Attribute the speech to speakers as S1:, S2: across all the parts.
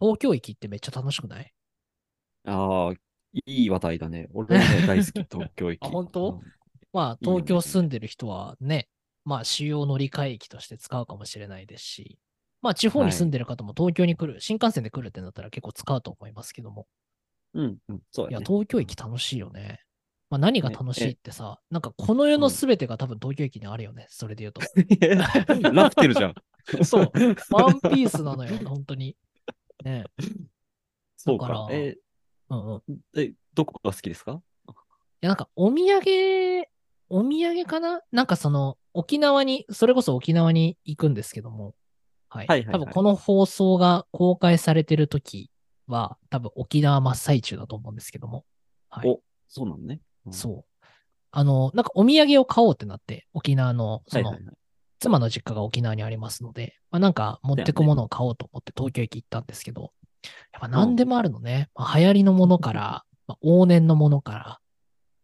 S1: 東京駅ってめっちゃ楽しくない
S2: ああ、いい話題 だね。俺もね、大好き、東京駅。
S1: あ本当
S2: うん
S1: まあ、
S2: いいよね
S1: 東京住んでる人はね、まあ、主要乗り換え駅として使うかもしれないですし、まあ、地方に住んでる方も東京に来る、新幹線で来るってなったら結構使うと思いますけども、
S2: うん、うん、そう
S1: い
S2: や
S1: や、
S2: ね。
S1: 東京駅楽しいよね。まあ、何が楽しい
S2: ね
S1: ってさ、なんかこの世の
S2: うん
S1: すべてが多分東京駅にあるよね、それで言うと。
S2: ラフテルじゃん。
S1: そう、ワンピースなのよ、本当に。ね
S2: そう
S1: だ
S2: か
S1: か。ら
S2: え
S1: うんうん。い
S2: え、どこが好きですか
S1: や、なんかお土産、お土産かななんかその、沖縄に、それこそ沖縄に行くんですけども、はい。
S2: はいはいはい
S1: 多分この放送が公開されてる時は、多分沖縄真っ最中だと思うんですけども、はい。
S2: お、そうなのね。うん
S1: そう。あの、なんかお土産を買おうってなって、沖縄の、そ
S2: はい
S1: の、
S2: はいはい。
S1: 妻の実家が沖縄にありますので、まあ、なんか持ってくものを買おうと思って東京駅行ったんですけど、やっぱ何でもあるのね。まあ、流行りのものから、まあ、往年のものから。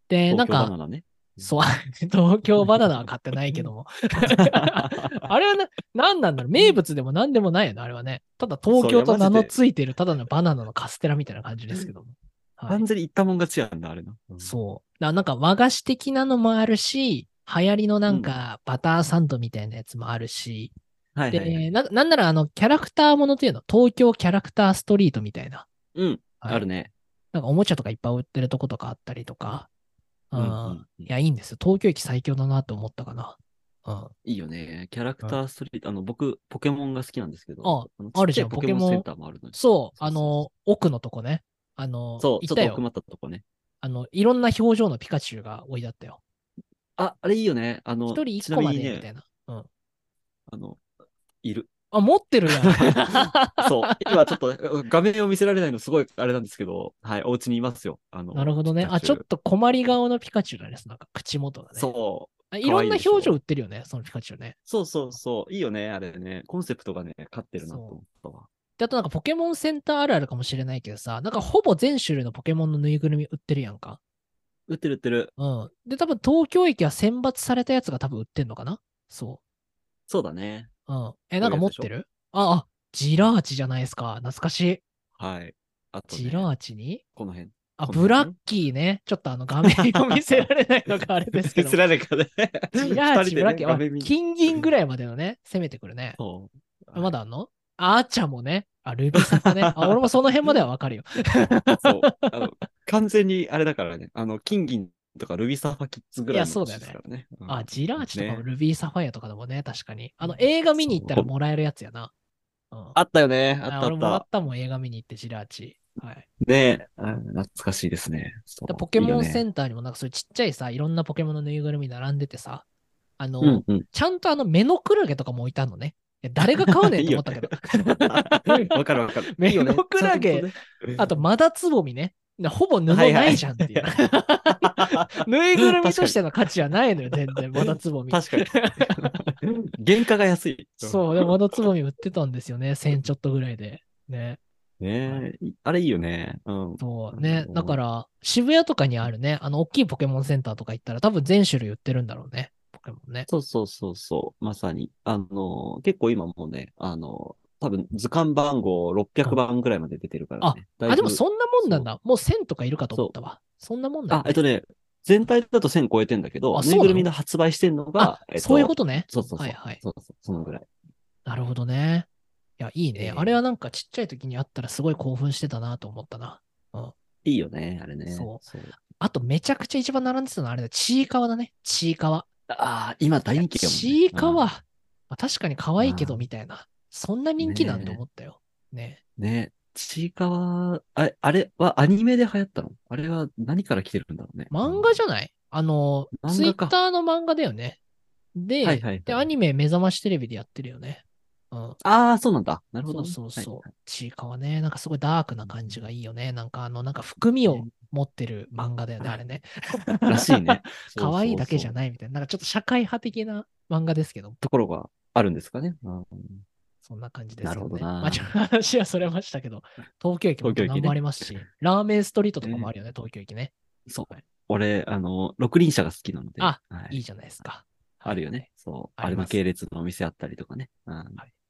S1: で、なん
S2: 東京バナ
S1: か、
S2: ナね。
S1: そう、 東京バナナは買ってないけど も。 あれはな、何なんだろう名物でも何でもないよね、あれはね。ただ東京と名のついてる、ただのバナナのカステラみたいな感じですけども。はい
S2: 完全に行ったもん勝ちやんだ、あれな。うん
S1: そう。だからなんか和菓子的なのもあるし、流行りのなんかバターサンドみたいなやつもあるし、
S2: はいはいはい。
S1: で、ななんならあの、キャラクターものっていうの、東京キャラクターストリートみたいな。
S2: うん、
S1: はい
S2: あるね。
S1: なんかおもちゃとかいっぱい売ってるとことかあったりとか。う。
S2: うんんうんうん
S1: いや、いいんですよ。東京駅最強だなと思ったかな。うん。
S2: いいよね。キャラクターストリート、あの、僕、ポケモンが好きなんですけど、
S1: あ
S2: の
S1: あるじゃん
S2: ちっちいポケモ
S1: ポ
S2: ン
S1: ケモン
S2: センターもあるのに。
S1: そう、
S2: そう
S1: あの、奥のとこね。あの、
S2: そう、ち
S1: 行っ
S2: ょったと
S1: よ
S2: 奥。まったとこね。
S1: あの、いろんな表情のピカチュウが置いてあったよ。
S2: あ、あれいいよね。あの、
S1: 一人
S2: ち
S1: 一
S2: な
S1: 個
S2: み
S1: ま
S2: に
S1: でみた
S2: ね、
S1: いな。うん。
S2: あの、いる。
S1: あ、持って るやん。
S2: そう。今ちょ っと画面を見せられないのすごいあれなんですけど、はい、お家にいますよ。あの、
S1: なるほどね。あ、ちょっと困り顔のピカチュウだね。そのなんか口元がね。
S2: そう。
S1: あいろん
S2: 可
S1: な
S2: 愛いでしょ
S1: 表情売ってるよね、そのピカチュウね。
S2: そうそうそう。いいよね、あれね。コンセプトがね、勝ってるなと
S1: そう
S2: 思ったわ。
S1: で、あとなんかポケモンセンターあるあるかもしれないけどさ、なんかほぼ全種類のポケモンのぬいぐるみ売ってるやんか。
S2: 売ってる売ってる。
S1: うん。で、多分東京駅は選抜されたやつが多分売ってんのかなそ
S2: そうだね。
S1: う。うん。え、なんか持ってるあ、あ、ジラーチじゃないですか。懐かしい。
S2: はい。あと、
S1: ジ
S2: ね、
S1: ラーチに
S2: この辺。
S1: あ、
S2: この
S1: ブ
S2: 辺ね
S1: ラッキーね。ちょっとあの画面を見せられないのがあれですけ ど。
S2: 見せ
S1: ジラ
S2: られるかね。
S1: ー
S2: 二
S1: チ、ブ
S2: 人で
S1: ラ
S2: ね
S1: ッキー
S2: 画面見
S1: あ。金銀ぐらいまでのね、攻めてくるね。
S2: そう。
S1: まだあんのあーちゃんもね。あ、ルビサカね。 あ、俺もその辺まではわかるよ。
S2: そう。あの、完全にあれだからね。あの、金銀とかルビサファキッズぐらい
S1: いやそ
S2: の
S1: うだよね
S2: 年ですからね。うん
S1: あ、ジラーチとか
S2: ね
S1: ルビーサファイアとかでもね、確かに。あの、映画見に行ったら
S2: そう
S1: もらえるやつやな。うん、
S2: あったよね。あっ
S1: あ
S2: たあ
S1: 俺
S2: っ。
S1: もらったたもん、映画見に行って、ジラーチ。はい。
S2: ねうん懐かしいですね。そう
S1: でポケモン
S2: いい
S1: セ
S2: よね
S1: ンターにもなんかそういうちっちゃいさ、いろんなポケモンのぬいぐるみ並んでてさ、あの、
S2: うん うん。
S1: ちゃんとあの、目のクラゲとかも置いたのね。いや誰が買うねんと思ったけど。
S2: わかるわかる。
S1: 目の
S2: いいよね
S1: クラゲ
S2: ちゃんとね
S1: あと、マダツボミね。なほぼ布ないじゃん っていう。ぬいぐるみとしての価値はないのよ、全然、マダツボミ。
S2: 確かに。原価が安い。
S1: そう、でもマダツボミ売ってたんですよね、1000ちょっとぐらいで。ね。
S2: ねえあれいいよね。うん。
S1: そう
S2: な
S1: ね
S2: る。ほど
S1: だから、渋谷とかにあるね、あの、大きいポケモンセンターとか行ったら、多分全種類売ってるんだろうね。ポケモンね。
S2: そうそうそうそう。まさに。あの、結構今もうね、あの、多分図鑑番号600番ぐらいまで出てるからね。だいぶ
S1: あ、でもそんなもんなんだ。もう1000とかいるかと思ったわ。そんなもんなん
S2: あ、
S1: だ。
S2: えっとね、全体だと1000超えてんだけど、
S1: あそう
S2: ぬ
S1: ないの
S2: ぐるみの発売してんのが
S1: あ、そういうこととね。
S2: そうそうそ
S1: は
S2: う。
S1: いはい
S2: そうそう、そのぐらい。
S1: なるほどね。いや、いいね。
S2: ええ
S1: あれはなんかちっちゃい時にあったらすごい興奮してたなと思ったな。
S2: いいよね、あれね。。
S1: そうあと、めちゃくちゃ一番並んでたのはあれだ。ちいかわだね。ちいかわ。
S2: ああ、今大人気だもんね。
S1: ちいか
S2: う
S1: わ。
S2: ん
S1: まあ確かに可愛いけど、みたいな。そんな人気なんて思ったよ。ね。
S2: ね、ちいかわ、ああれはアニメで流行ったのあれは何から来てるんだろうね。
S1: 漫画じ
S2: ゃ
S1: ゃないあの、ツイ
S2: 漫
S1: ッ
S2: 画か
S1: ターの漫画だよね。で、
S2: はいはいはい
S1: で、アニメ、目覚ましテレビでやってるよね。うん。
S2: ああ、そうなんだ。なる
S1: そ
S2: ほど
S1: う
S2: ね。
S1: そうそう。
S2: はい
S1: ちいかわね、なんかすごいダークな感じがいいよね。なんかあの、なんか含みを持ってる漫画だよね、
S2: うん
S1: あれね。
S2: らしい ね。
S1: 可愛いだけじゃ
S2: な
S1: な
S2: い。
S1: いみたいな。なんかちょっと社会派的な漫画ですけど、
S2: ところがあるんですかね。うん
S1: そんな感じですよね。
S2: なるほどな
S1: まあ、ちょっと話はそれましたけど、東京駅も
S2: 東京駅ね
S1: 何もありますし、ラーメンストリートとかもあるよね、東京駅ね。
S2: そう。俺、あの、六輪車が好きなので。
S1: あ
S2: はい
S1: いいじゃないですか。
S2: あるよね。そう。
S1: あ
S2: あ
S1: り
S2: れ
S1: ま
S2: の
S1: す
S2: 系列のお店あったりとかね。うん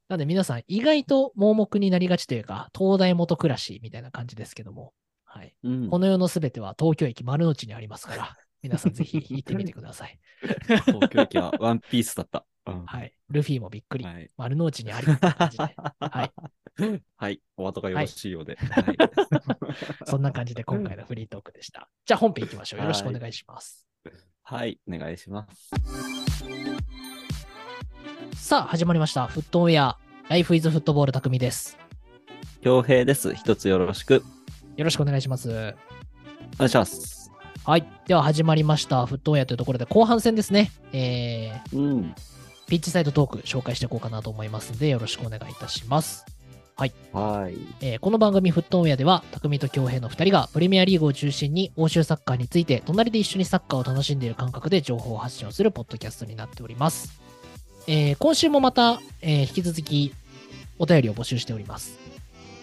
S1: なんで皆さん意外と盲目になりがちというか、東大元暮らしみたいな感じですけども、はい。
S2: うん
S1: この世のすべては東京駅丸の内にあります から、皆さんぜひ行ってみてください。
S2: 東京駅は ワンピースだった。うん
S1: はい。ルフィもびっくり。
S2: はい。
S1: 丸の内にありって感じ で。はい。
S2: はい。お後がよろしいようで。はい
S1: そんな感じで今回のフリートークでした。じゃあ本編行きましょう。よろしくお願いします。
S2: はい、お願いします。
S1: さあ、始まりました。フットウェア、ライフイズフットボール匠です。
S2: 恭平です。一つよろしく。
S1: よろしくお願いします。
S2: お願いします。
S1: はい。では始まりました。フットウェアというところで後半戦ですね。えー、
S2: うん。
S1: ピッチサイドトーク紹介していこうかなと思いますので、よろしくお願いいたします。
S2: はい。
S1: えーこの番組、フットオンエアでは、匠と京平の2人がプレミアリーグを中心に欧州サッカーについて、隣で一緒にサッカーを楽しんでいる感覚で情報を発信をするポッドキャストになっております。えー今週もまた、えー引き続きお便りを募集しております。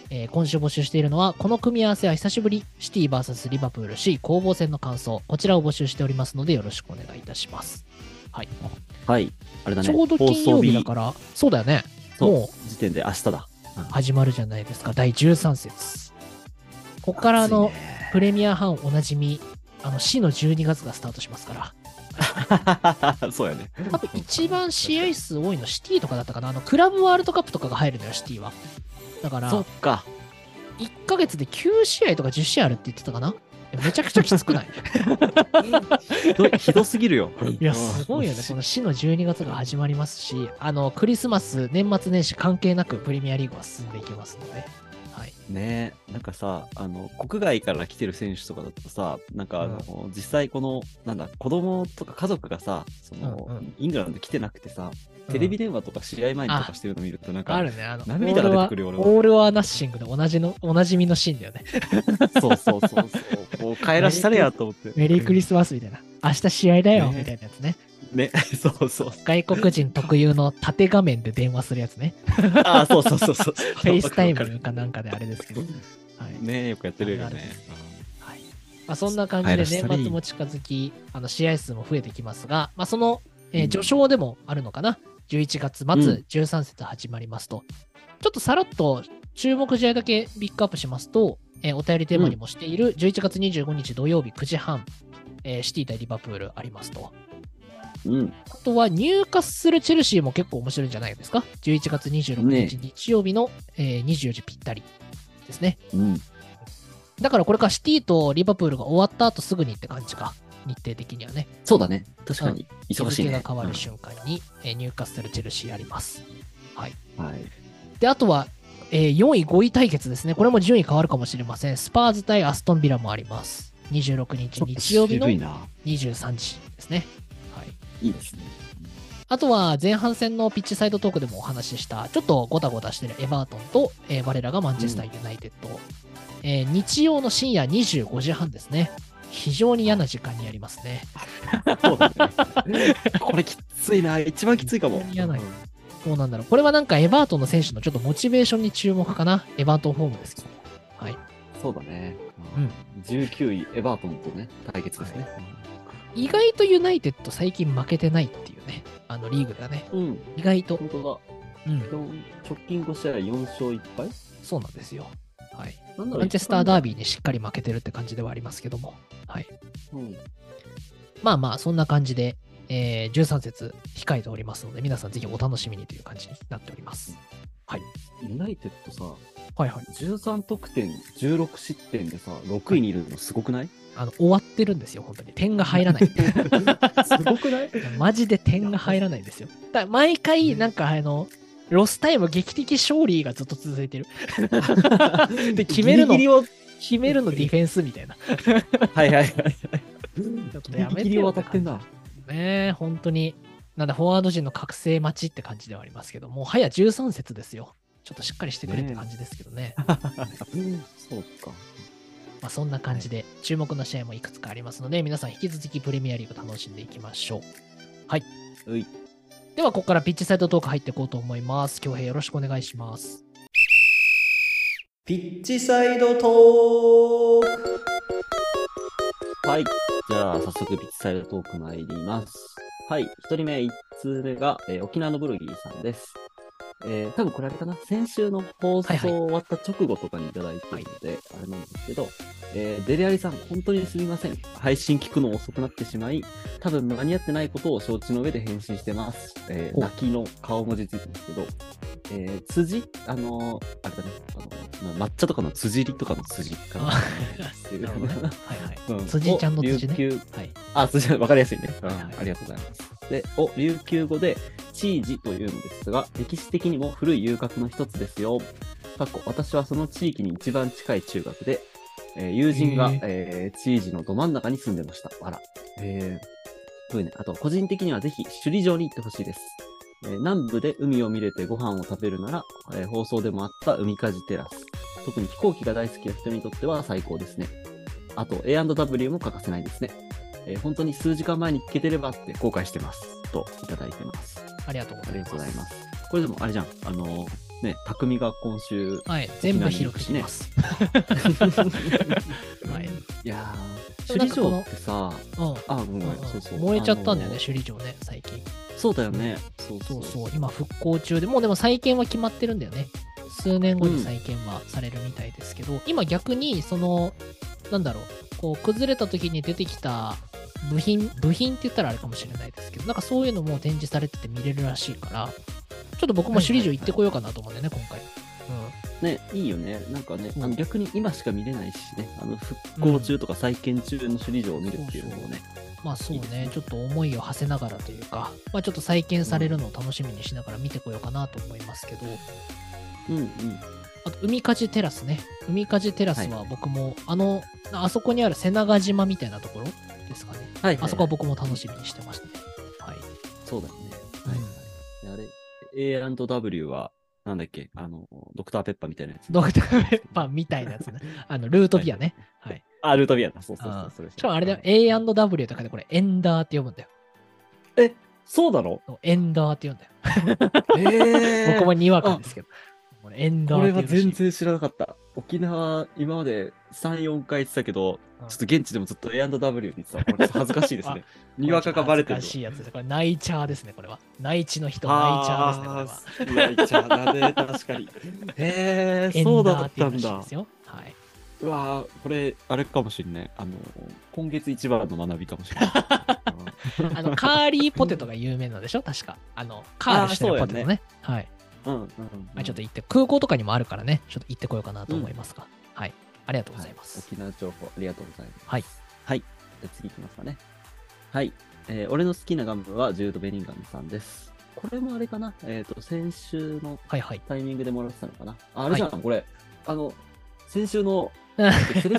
S1: えー今週募集しているのは、この組み合わせは久しぶり、シティ VS リバプール C 攻防戦の感想、こちらを募集しておりますので、よろしくお願いいたします。はい。
S2: はい。あれだね。。
S1: ちょうど金曜日だからら、そうだよね。
S2: そう
S1: もう
S2: 時点で明日だ。
S1: 始まるじゃないですか、第13節。ここからあの
S2: 暑いね
S1: プレミア班おなじみ、あの C の12月がスタートしますから、
S2: そうやね。
S1: 多分一番試合数多いのシティとかだったかな、あのクラブワールドカップとかが入るのよ、シティは。だから、
S2: そっ
S1: 1
S2: か。
S1: ヶ月で9試合とか10試合あるって言ってたかな。めちゃくちゃきつく ない
S2: ひどいひどすぎるよ。
S1: いや、すごいよね。この死の12月が始まりますし、あの、クリスマス、年末年始関係なくプレミアリーグは進んでいきますので、はい。
S2: ねえ、なんかさ、あの、国外から来てる選手とかだとさ、なんかあの、実際この、なんだ、子供とか家族がさ、その、
S1: うんうん
S2: イングランド来てなくてさ、テレビ電話とか試合前にとかしてるの見ると、なんか、
S1: あるね、あの、
S2: 涙が出てくるよ
S1: オール
S2: 俺は
S1: はオール・オア・ナッシングでおなじのおなじみのシーンだよね。
S2: そうそうそうそう。こう帰らしたれやと思って。
S1: メリークリ
S2: ス。
S1: スマスみたいな。明日試合だよ、
S2: ね
S1: みたいなやつね。
S2: ね、そうそう。
S1: 外国人特有の縦画面で電話するやつ ね。
S2: ああ、そうそう そうそう。フ
S1: フェイスタイムかなんかであれですけど。はい。
S2: ねよくやってるよね。
S1: はいまあ、そんな感じで
S2: はい
S1: 年末も近づき、あの試合数も増えてきますが、まあ、その、えー序章でもあるのかな。11月末、
S2: うん
S1: 13節始まりますと。ちょっとさらっと注目試合だけピックアップしますと、えーお便りテーマにもしている11月25日土曜日9時半、えーシティ対リバプールありますと。
S2: うん。
S1: あとは入荷するチェルシーも結構面白いんじゃないですか。11月26日日曜日の、えー24時ぴったりですね。
S2: うん。
S1: だからこれかシティとリバプールが終わった後すぐにって感じか。日程的にはね。
S2: そうだね。確かに。忙
S1: 日
S2: し
S1: 付
S2: いね
S1: が。変わる瞬間に、えー入荷するチェルシーあります。
S2: うんはい。
S1: で、あとは、えー4位、5位対決ですね。これも順位変わるかもしれません。スパーズ対アストンビラもあります。26日日曜日の
S2: ちょっと渋いな。
S1: 23時ですね。はい。
S2: いいですね。
S1: あとは前半戦のピッチサイドトークでもお話しした、ちょっとごたごたしてるエバートンと、えー我らがマンチェスターユナイテッド、えー日曜の深夜25時半ですね。非常に嫌な時間にやりますね。
S2: そうだ ね。これきついな。一番きついかも。
S1: 嫌などうなんだろう。これはなんかエバートンの選手のちょっとモチベーションに注目かな。エバートンフォームですけど。はい。
S2: そうだね。
S1: うん
S2: 19位、エバートンとね、対決ですね。
S1: 意外とユナイテッド最近負けてないっていうね。あのリーグではね。
S2: うん。
S1: 意外と。
S2: 本当
S1: うん
S2: だ。。四直近5試合4勝1敗
S1: そうなんですよ。はい。
S2: なんだろう
S1: マンチェスターダービーにしっかり負けてるって感じではありますけども。はい。
S2: うん
S1: まあまあ、そんな感じで、えー13節控えておりますので、皆さんぜひお楽しみにという感じになっております。
S2: ユナイテッドさ、
S1: はいはい。
S2: 13得点、16失点でさ、6位にいるのすごくない
S1: あの、終わってるんですよ、本当に。点が入らない。
S2: すごくない
S1: マジで点が入らないんですよ。だから毎回、なんかあの、ロスタイム劇的勝利がずっと続いてる。で、決めるの
S2: ギリギリを
S1: 決めるのディフェンスみたいな。
S2: はいはいはい。
S1: ちょっと
S2: ギ
S1: や
S2: リ
S1: めて
S2: ギリを
S1: よ
S2: 渡ってんだ。
S1: ねえ、本当に。なんだ、フォワード陣の覚醒待ちって感じではありますけど、もう早13節ですよ。ちょっとしっかりしてくれって感じですけどね
S2: そうか。
S1: まあ、そんな感じで、注目の試合もいくつかありますので、皆さん引き続きプレミアリーグ楽しんでいきましょう。
S2: うい。
S1: では、ここからピッチサイドトーク入っていこうと思います。京平よろしくお願いし ます。
S3: ピッチサイドトーク
S2: はい。じゃあ、早速、ピッチサイドトーク参ります。はい。一人目、一通目が、えー沖縄のブルギーさんです。えー多分これあれかな先週の放
S1: はい
S2: 送
S1: はい
S2: 終わった直後とかにいただいてるので、あれなんですけど、えーデリアリさん、本当にすみません。配信聞くの遅くなってしまい、多分間に合ってないことを承知の上で返信してます。えー
S1: お
S2: 泣きの顔文字ついてますけど、えー辻、あのーあれだね、あのま抹茶とかの辻りとかの辻かな。
S1: あ
S2: っていう
S1: なるほどねはいはい。
S2: うん
S1: 辻ちゃんの辻ね
S2: を琉球
S1: はい。
S2: あ、そしたら分かりやすいね。うん、
S1: はいはい
S2: ありがとうございます。で、お、琉球語で、チージというんですが、歴史的にも古い遊郭の一つですよ。過去、私はその地域に一番近い中学で、えー友人
S1: へ
S2: が
S1: ー、
S2: えーチージのど真ん中に住んでました。あら。えー、というね、あと、個人的にはぜひ、首里城に行ってほしいです。えー南部で海を見れてご飯を食べるなら、えー放送でもあった海かじテラス。特に飛行機が大好きな人にとっては最高ですね。あと、A&W も欠かせないですね。えー本当に数時間前に聞けてればって後悔してます。と、いただいてます。
S1: ありがとうござ
S2: あ
S1: い
S2: り
S1: ます。
S2: がとうございます。これでもあれじゃん、あのーね、匠が今週、
S1: はい。全部広くしてます。はい。
S2: いやー、
S1: でもな
S2: 首
S1: ん
S2: 里
S1: かこの
S2: 城ってさ、
S1: うん。
S2: あ、ごめんごめん、
S1: うんうん
S2: そうそう。
S1: 燃えちゃったんだよね、
S2: あのー
S1: 首里城ね、最近。
S2: そうだよね。そう
S1: そ
S2: そうう
S1: そう、今復興中で、もうでも再建は決まってるんだよね。数年後に再建はされるみたいですけど、今逆に、その、なんだろう、こう、崩れた時に出てきた部品、部品って言ったらあれかもしれないですけど、なんかそういうのも展示されてて見れるらしいから、ちょっと僕も首里城行ってこようかなと思うんだよね、今回。
S2: ね、いいよね。なんかね、
S1: うん
S2: あの逆に今しか見れないしね、あの復興中とか再建中の首里城を見るっていうのもね、
S1: うん。まあそう
S2: いいです
S1: ね
S2: ね、
S1: ちょっと思いを馳せながらというか、まあちょっと再建されるのを楽しみにしながら見てこようかなと思いますけど、
S2: うんうん。
S1: あと、海かじテラスね。海かじテラスは僕も、あの、あそこにある瀬長島みたいなところですかね。
S2: はい、
S1: あそこは僕も楽しみにしてましたね。はい。
S2: そうだよね。はい、はいで。あれ、A&W は、なんだっけ、あの、ドクターペッパーみたいなやつ。
S1: ドクターペッパーみたいなやつ ね。あの、ルートビアね。はい。
S2: あ、ルートビアだ。そうそう
S1: あ
S2: そう
S1: ー
S2: それ。
S1: しかもあれだよ、A&W とかでこれ、エンダーって呼ぶんだよ。
S2: そうだろ
S1: エンダーって呼んだよ。
S2: え
S1: 僕もにわかですけど。これエンダー
S2: こ
S1: って
S2: れ
S1: 呼ぶ
S2: は
S1: らしい
S2: 全然知らなかった。沖縄、今まで3、4回行ってたけど、
S1: うん
S2: ちょっと現地でもずっと A&W って言ってた。これちょっと恥ずかしいです ね。にわかがバレてるわ
S1: 恥ずかしいやつです。これ、ナイチャーですね、これは。ナイチの人、ナイチャーですね、これは。
S2: あーナイチャーだね、確かに。へ
S1: エ
S2: え、
S1: ン
S2: そう
S1: ダ
S2: だ
S1: ーっ
S2: って
S1: 呼ぶら
S2: たん
S1: しい
S2: だ
S1: で。すよ。はい。
S2: うわーこれ、あれかもしんない。あの、今月一番の学びかもしれ ない。
S1: あの、カーリーポテトが有名なんでしょ確か。あの、カールしてるポテト
S2: あーそう
S1: ね。
S2: や
S1: はい。
S2: うんうんうん
S1: まあ、ちょっと行って、空港とかにもあるからね、ちょっと行ってこようかなと思いますが。はい。ありがとうございます。
S2: はい、沖縄情報ありがとうございます。
S1: はい。
S2: はい。じゃあ次行きますかね。はい。えー俺の好きなガムはジュード・ベリンガムさんです。これもあれかなえっ、と、先週の
S1: はいはい。
S2: タイミングでもらってたのかなああれじゃん、これ。あの、先週の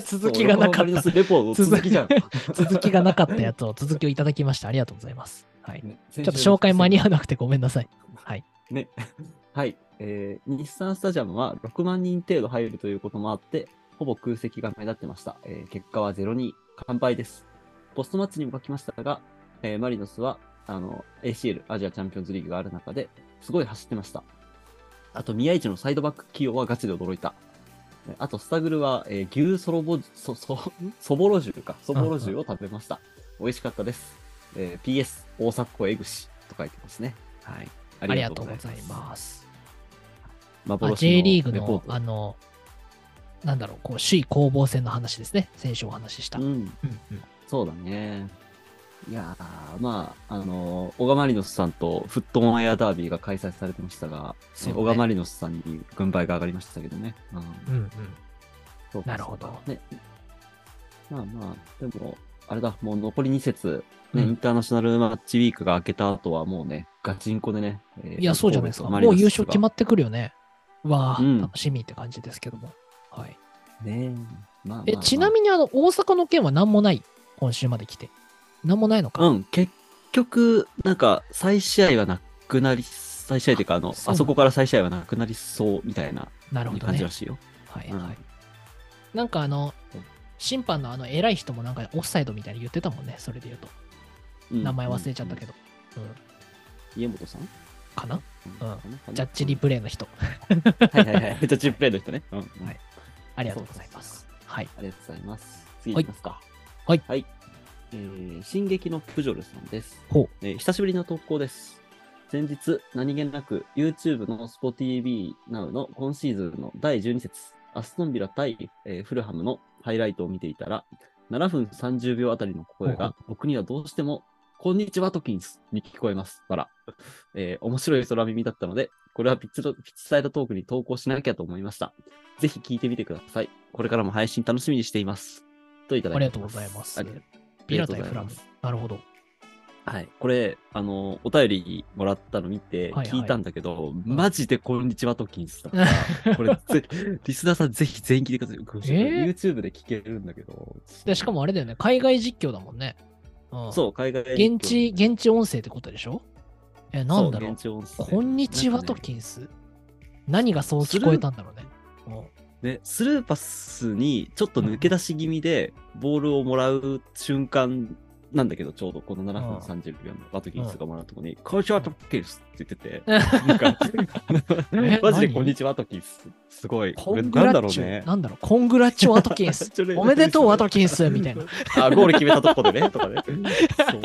S1: 続きがなかった
S2: セレッソ横浜マリノスレポの続きじゃん。
S1: 続きがなかったやつを続きをいただきました。ありがとうございます。はい。
S2: ね
S1: ちょ
S2: 先
S1: っ
S2: 週
S1: と
S2: の
S1: 紹介間に合わなくてごめんなさい。
S2: ね。 はい。えー日産スタジアムは6万人程度入るということもあって、ほぼ空席が目立ってました。えー結果は0-2、完敗です。ポストマッチにも書きましたが、えーマリノスは、あの、ACL、アジアチャンピオンズリーグがある中で、すごい走ってました。あと、宮市のサイドバック起用はガチで驚いた。えーあと、スタグルは、えー牛そろぼ、そ、そ、そぼろ重か。そぼろ重を食べました。美味しかったです。えー PS、大阪えぐしと書いてますね。はい。あ
S1: ありがとうございます。
S2: 幻
S1: あ
S2: の
S1: J リーグ
S2: レポ
S1: の
S2: ー、ト
S1: あの、なんだろう、こう、首位攻防戦の話ですね。先週お話しした。うん
S2: うん、
S1: うん
S2: そうだね。いやー、まあ、あのー、小川マリノスさんとフットオンエアダービーが開催されてましたが、
S1: そうね
S2: 小川マリノスさんに軍配が上がりましたけどね。うん
S1: うんうん。
S2: そうか
S1: なるほど
S2: ね。まあまあ、でも、あれだ、もう残り2節、ね
S1: うん
S2: インターナショナルマッチウィークが明けた後はもうね、ガチンコでね。えー
S1: いや、そうじゃないですか。
S2: 神
S1: も
S2: 戸とマ
S1: う
S2: リ
S1: 優
S2: ノス
S1: 勝
S2: が
S1: 決まってくるよね。うわあ、
S2: うん
S1: 楽しみって感じですけども。はい。
S2: ねまあまあまあ
S1: え、ちなみにあの、大阪の件は何もない。今週まで来て。何もないのか。
S2: うん、結局、なんか、再試合はなくなり、再試合っていうか、あの、
S1: そうな
S2: あ
S1: んだ
S2: そこから再試合はなくなりそうみたいな
S1: なるほど
S2: 感じ
S1: ね
S2: ら。しいよ。
S1: はい
S2: うん
S1: はい。なんかあの
S2: うん、
S1: 審判のあの偉い人もなんかオフサイドみたいに言ってたもんね、それで言うと。
S2: うん
S1: 名前忘れちゃったけ。ど。うん。
S2: うん家本さん
S1: かな
S2: かな
S1: ジャッジリプレイの人。
S2: はいはいはい。ジャッジリプレイの人ね。うんうん
S1: はいありがとうございます。はい。
S2: ありがとうございます。次いきますか。
S1: はい
S2: はい。えー進撃のプジョルさんです。
S1: ほう。
S2: えー久しぶりの投稿です。先日、何気なく YouTube の SpotTV Now の今シーズンの第12節、アストンビラ対、えーフルハムのハイライトを見ていたら、7分30秒あたりの声が、僕にはどうしても、こんにちは、トキンスに聞こえます。から、えー面白い空耳だったので、これはピッチとピッチサイドトークに投稿しなきゃと思いました。ぜひ聞いてみてください。これからも配信楽しみにしています。といただ
S1: あ
S2: き
S1: りがとうございます
S2: ありがとう
S1: ピラ対フラ
S2: ありがとうございま
S1: ム
S2: す。
S1: なるほど。
S2: はい。これ、あの、お便りもらったの見て、
S1: はいはい
S2: 聞いたんだけど、マジでこんにちは、トキンスだ った。これ、ぜリスナーさんぜひ全員聞いてください。これ
S1: えー
S2: YouTube で聞けるんだけど。
S1: で、しかもあれだよね、海外実況だもんね。うん、
S2: そう、海外
S1: 現地、現地音声ってことでしょえ、なんだろう。
S2: う
S1: こんにちは、ト
S2: ン
S1: キンス。何がそう聞こえたんだろうね。うん
S2: ス。ね、スルーパスにちょっと抜け出し気味で、ボールをもらう瞬間なんだけど、ちょうどこの7分30秒のワトキンスがもらうとこに、こんにちは、トキンスって言ってて、なん か、マジでこんにちは、トキンス。すごい。
S1: コ
S2: な
S1: ン
S2: ん
S1: グラ
S2: だ
S1: ッ
S2: ろう
S1: チ
S2: ね。
S1: ュ、。なんだろう、コングラッチュワトキンス
S2: ちょっとね
S1: おめでとう、ワトキンス、みたいな。
S2: あ、ゴール決めたとこでね、と かね。そう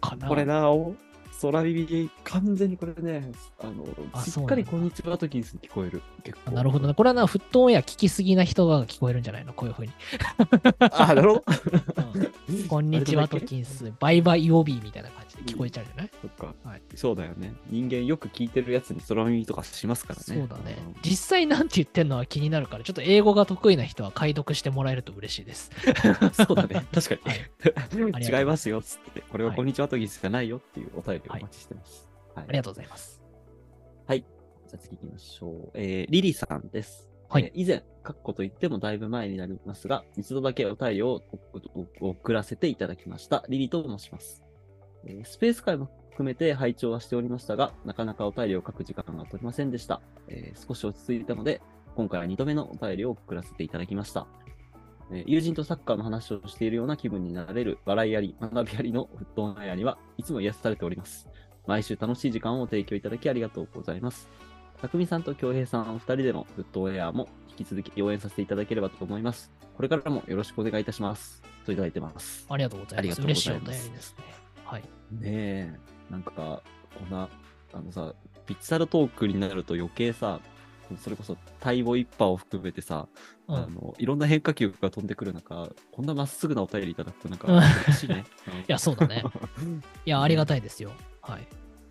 S1: かな
S2: これな、お空耳、完全にこれね、あの、
S1: あ
S2: しっかり
S1: そ
S2: こ
S1: うんなん
S2: にちはときに聞こえる。結
S1: あ
S2: 構。
S1: なるほどね。これはな、フットオンエア聞きすぎな人が聞こえるんじゃないのこういうふうに。
S2: あ、なるほど。
S1: うん こんにちは、トキンス。バイバイ、オビーみたいな感じで聞こえちゃうんじゃない
S2: そっか、
S1: はい
S2: そうだよね。人間よく聞いてるやつに空耳とかしますからね。
S1: そうだね。実際なんて言ってんのは気になるから、ちょっと英語が得意な人は解読してもらえると嬉しいです。
S2: あのそうだ ね。確かに。
S1: はありがとう
S2: 違いますよ、つって。これは
S1: はい
S2: こんにちはときにしかないよっていうお便りをお待ちしてます。はい。
S1: ありがとうございます。
S2: じゃあ次行きましょう。えーリリさんです。
S1: はい
S2: えー以前、かっこと言ってもだいぶ前になりますが、一度だけお便りをおお送らせていただきました。リリと申します、えースペース界も含めて拝聴はしておりましたが、なかなかお便りを書く時間が取れませんでした。えー少し落ち着いたので、今回は2度目のお便りを送らせていただきました。えー友人とサッカーの話をしているような気分になれる笑いあり、学びありのフットオンエアにはいつも癒やされております。毎週楽しい時間を提供いただきありがとうございます。匠さんと京平さんお二人でのフットオンエアも引き続き応援させていただければと思います。これからもよろしくお願いいたします。といただいてます。
S1: ありがとうござ
S2: あ
S1: い
S2: り
S1: ます。
S2: がとうご
S1: 嬉しい
S2: ざ
S1: お
S2: い
S1: 便
S2: ます
S1: りですね。はい。
S2: ねえ、なんか、こんな、あのさ、ピッチサルトークになると余計さ、それこそ、対応一波を含めてさ、
S1: うん
S2: あの、いろんな変化球が飛んでくる中、こんなまっすぐなお便りいただくと、なんか、
S1: うん
S2: 嬉しい ね。うん
S1: いや、そうだね。いや、ありがたいですよ。はい。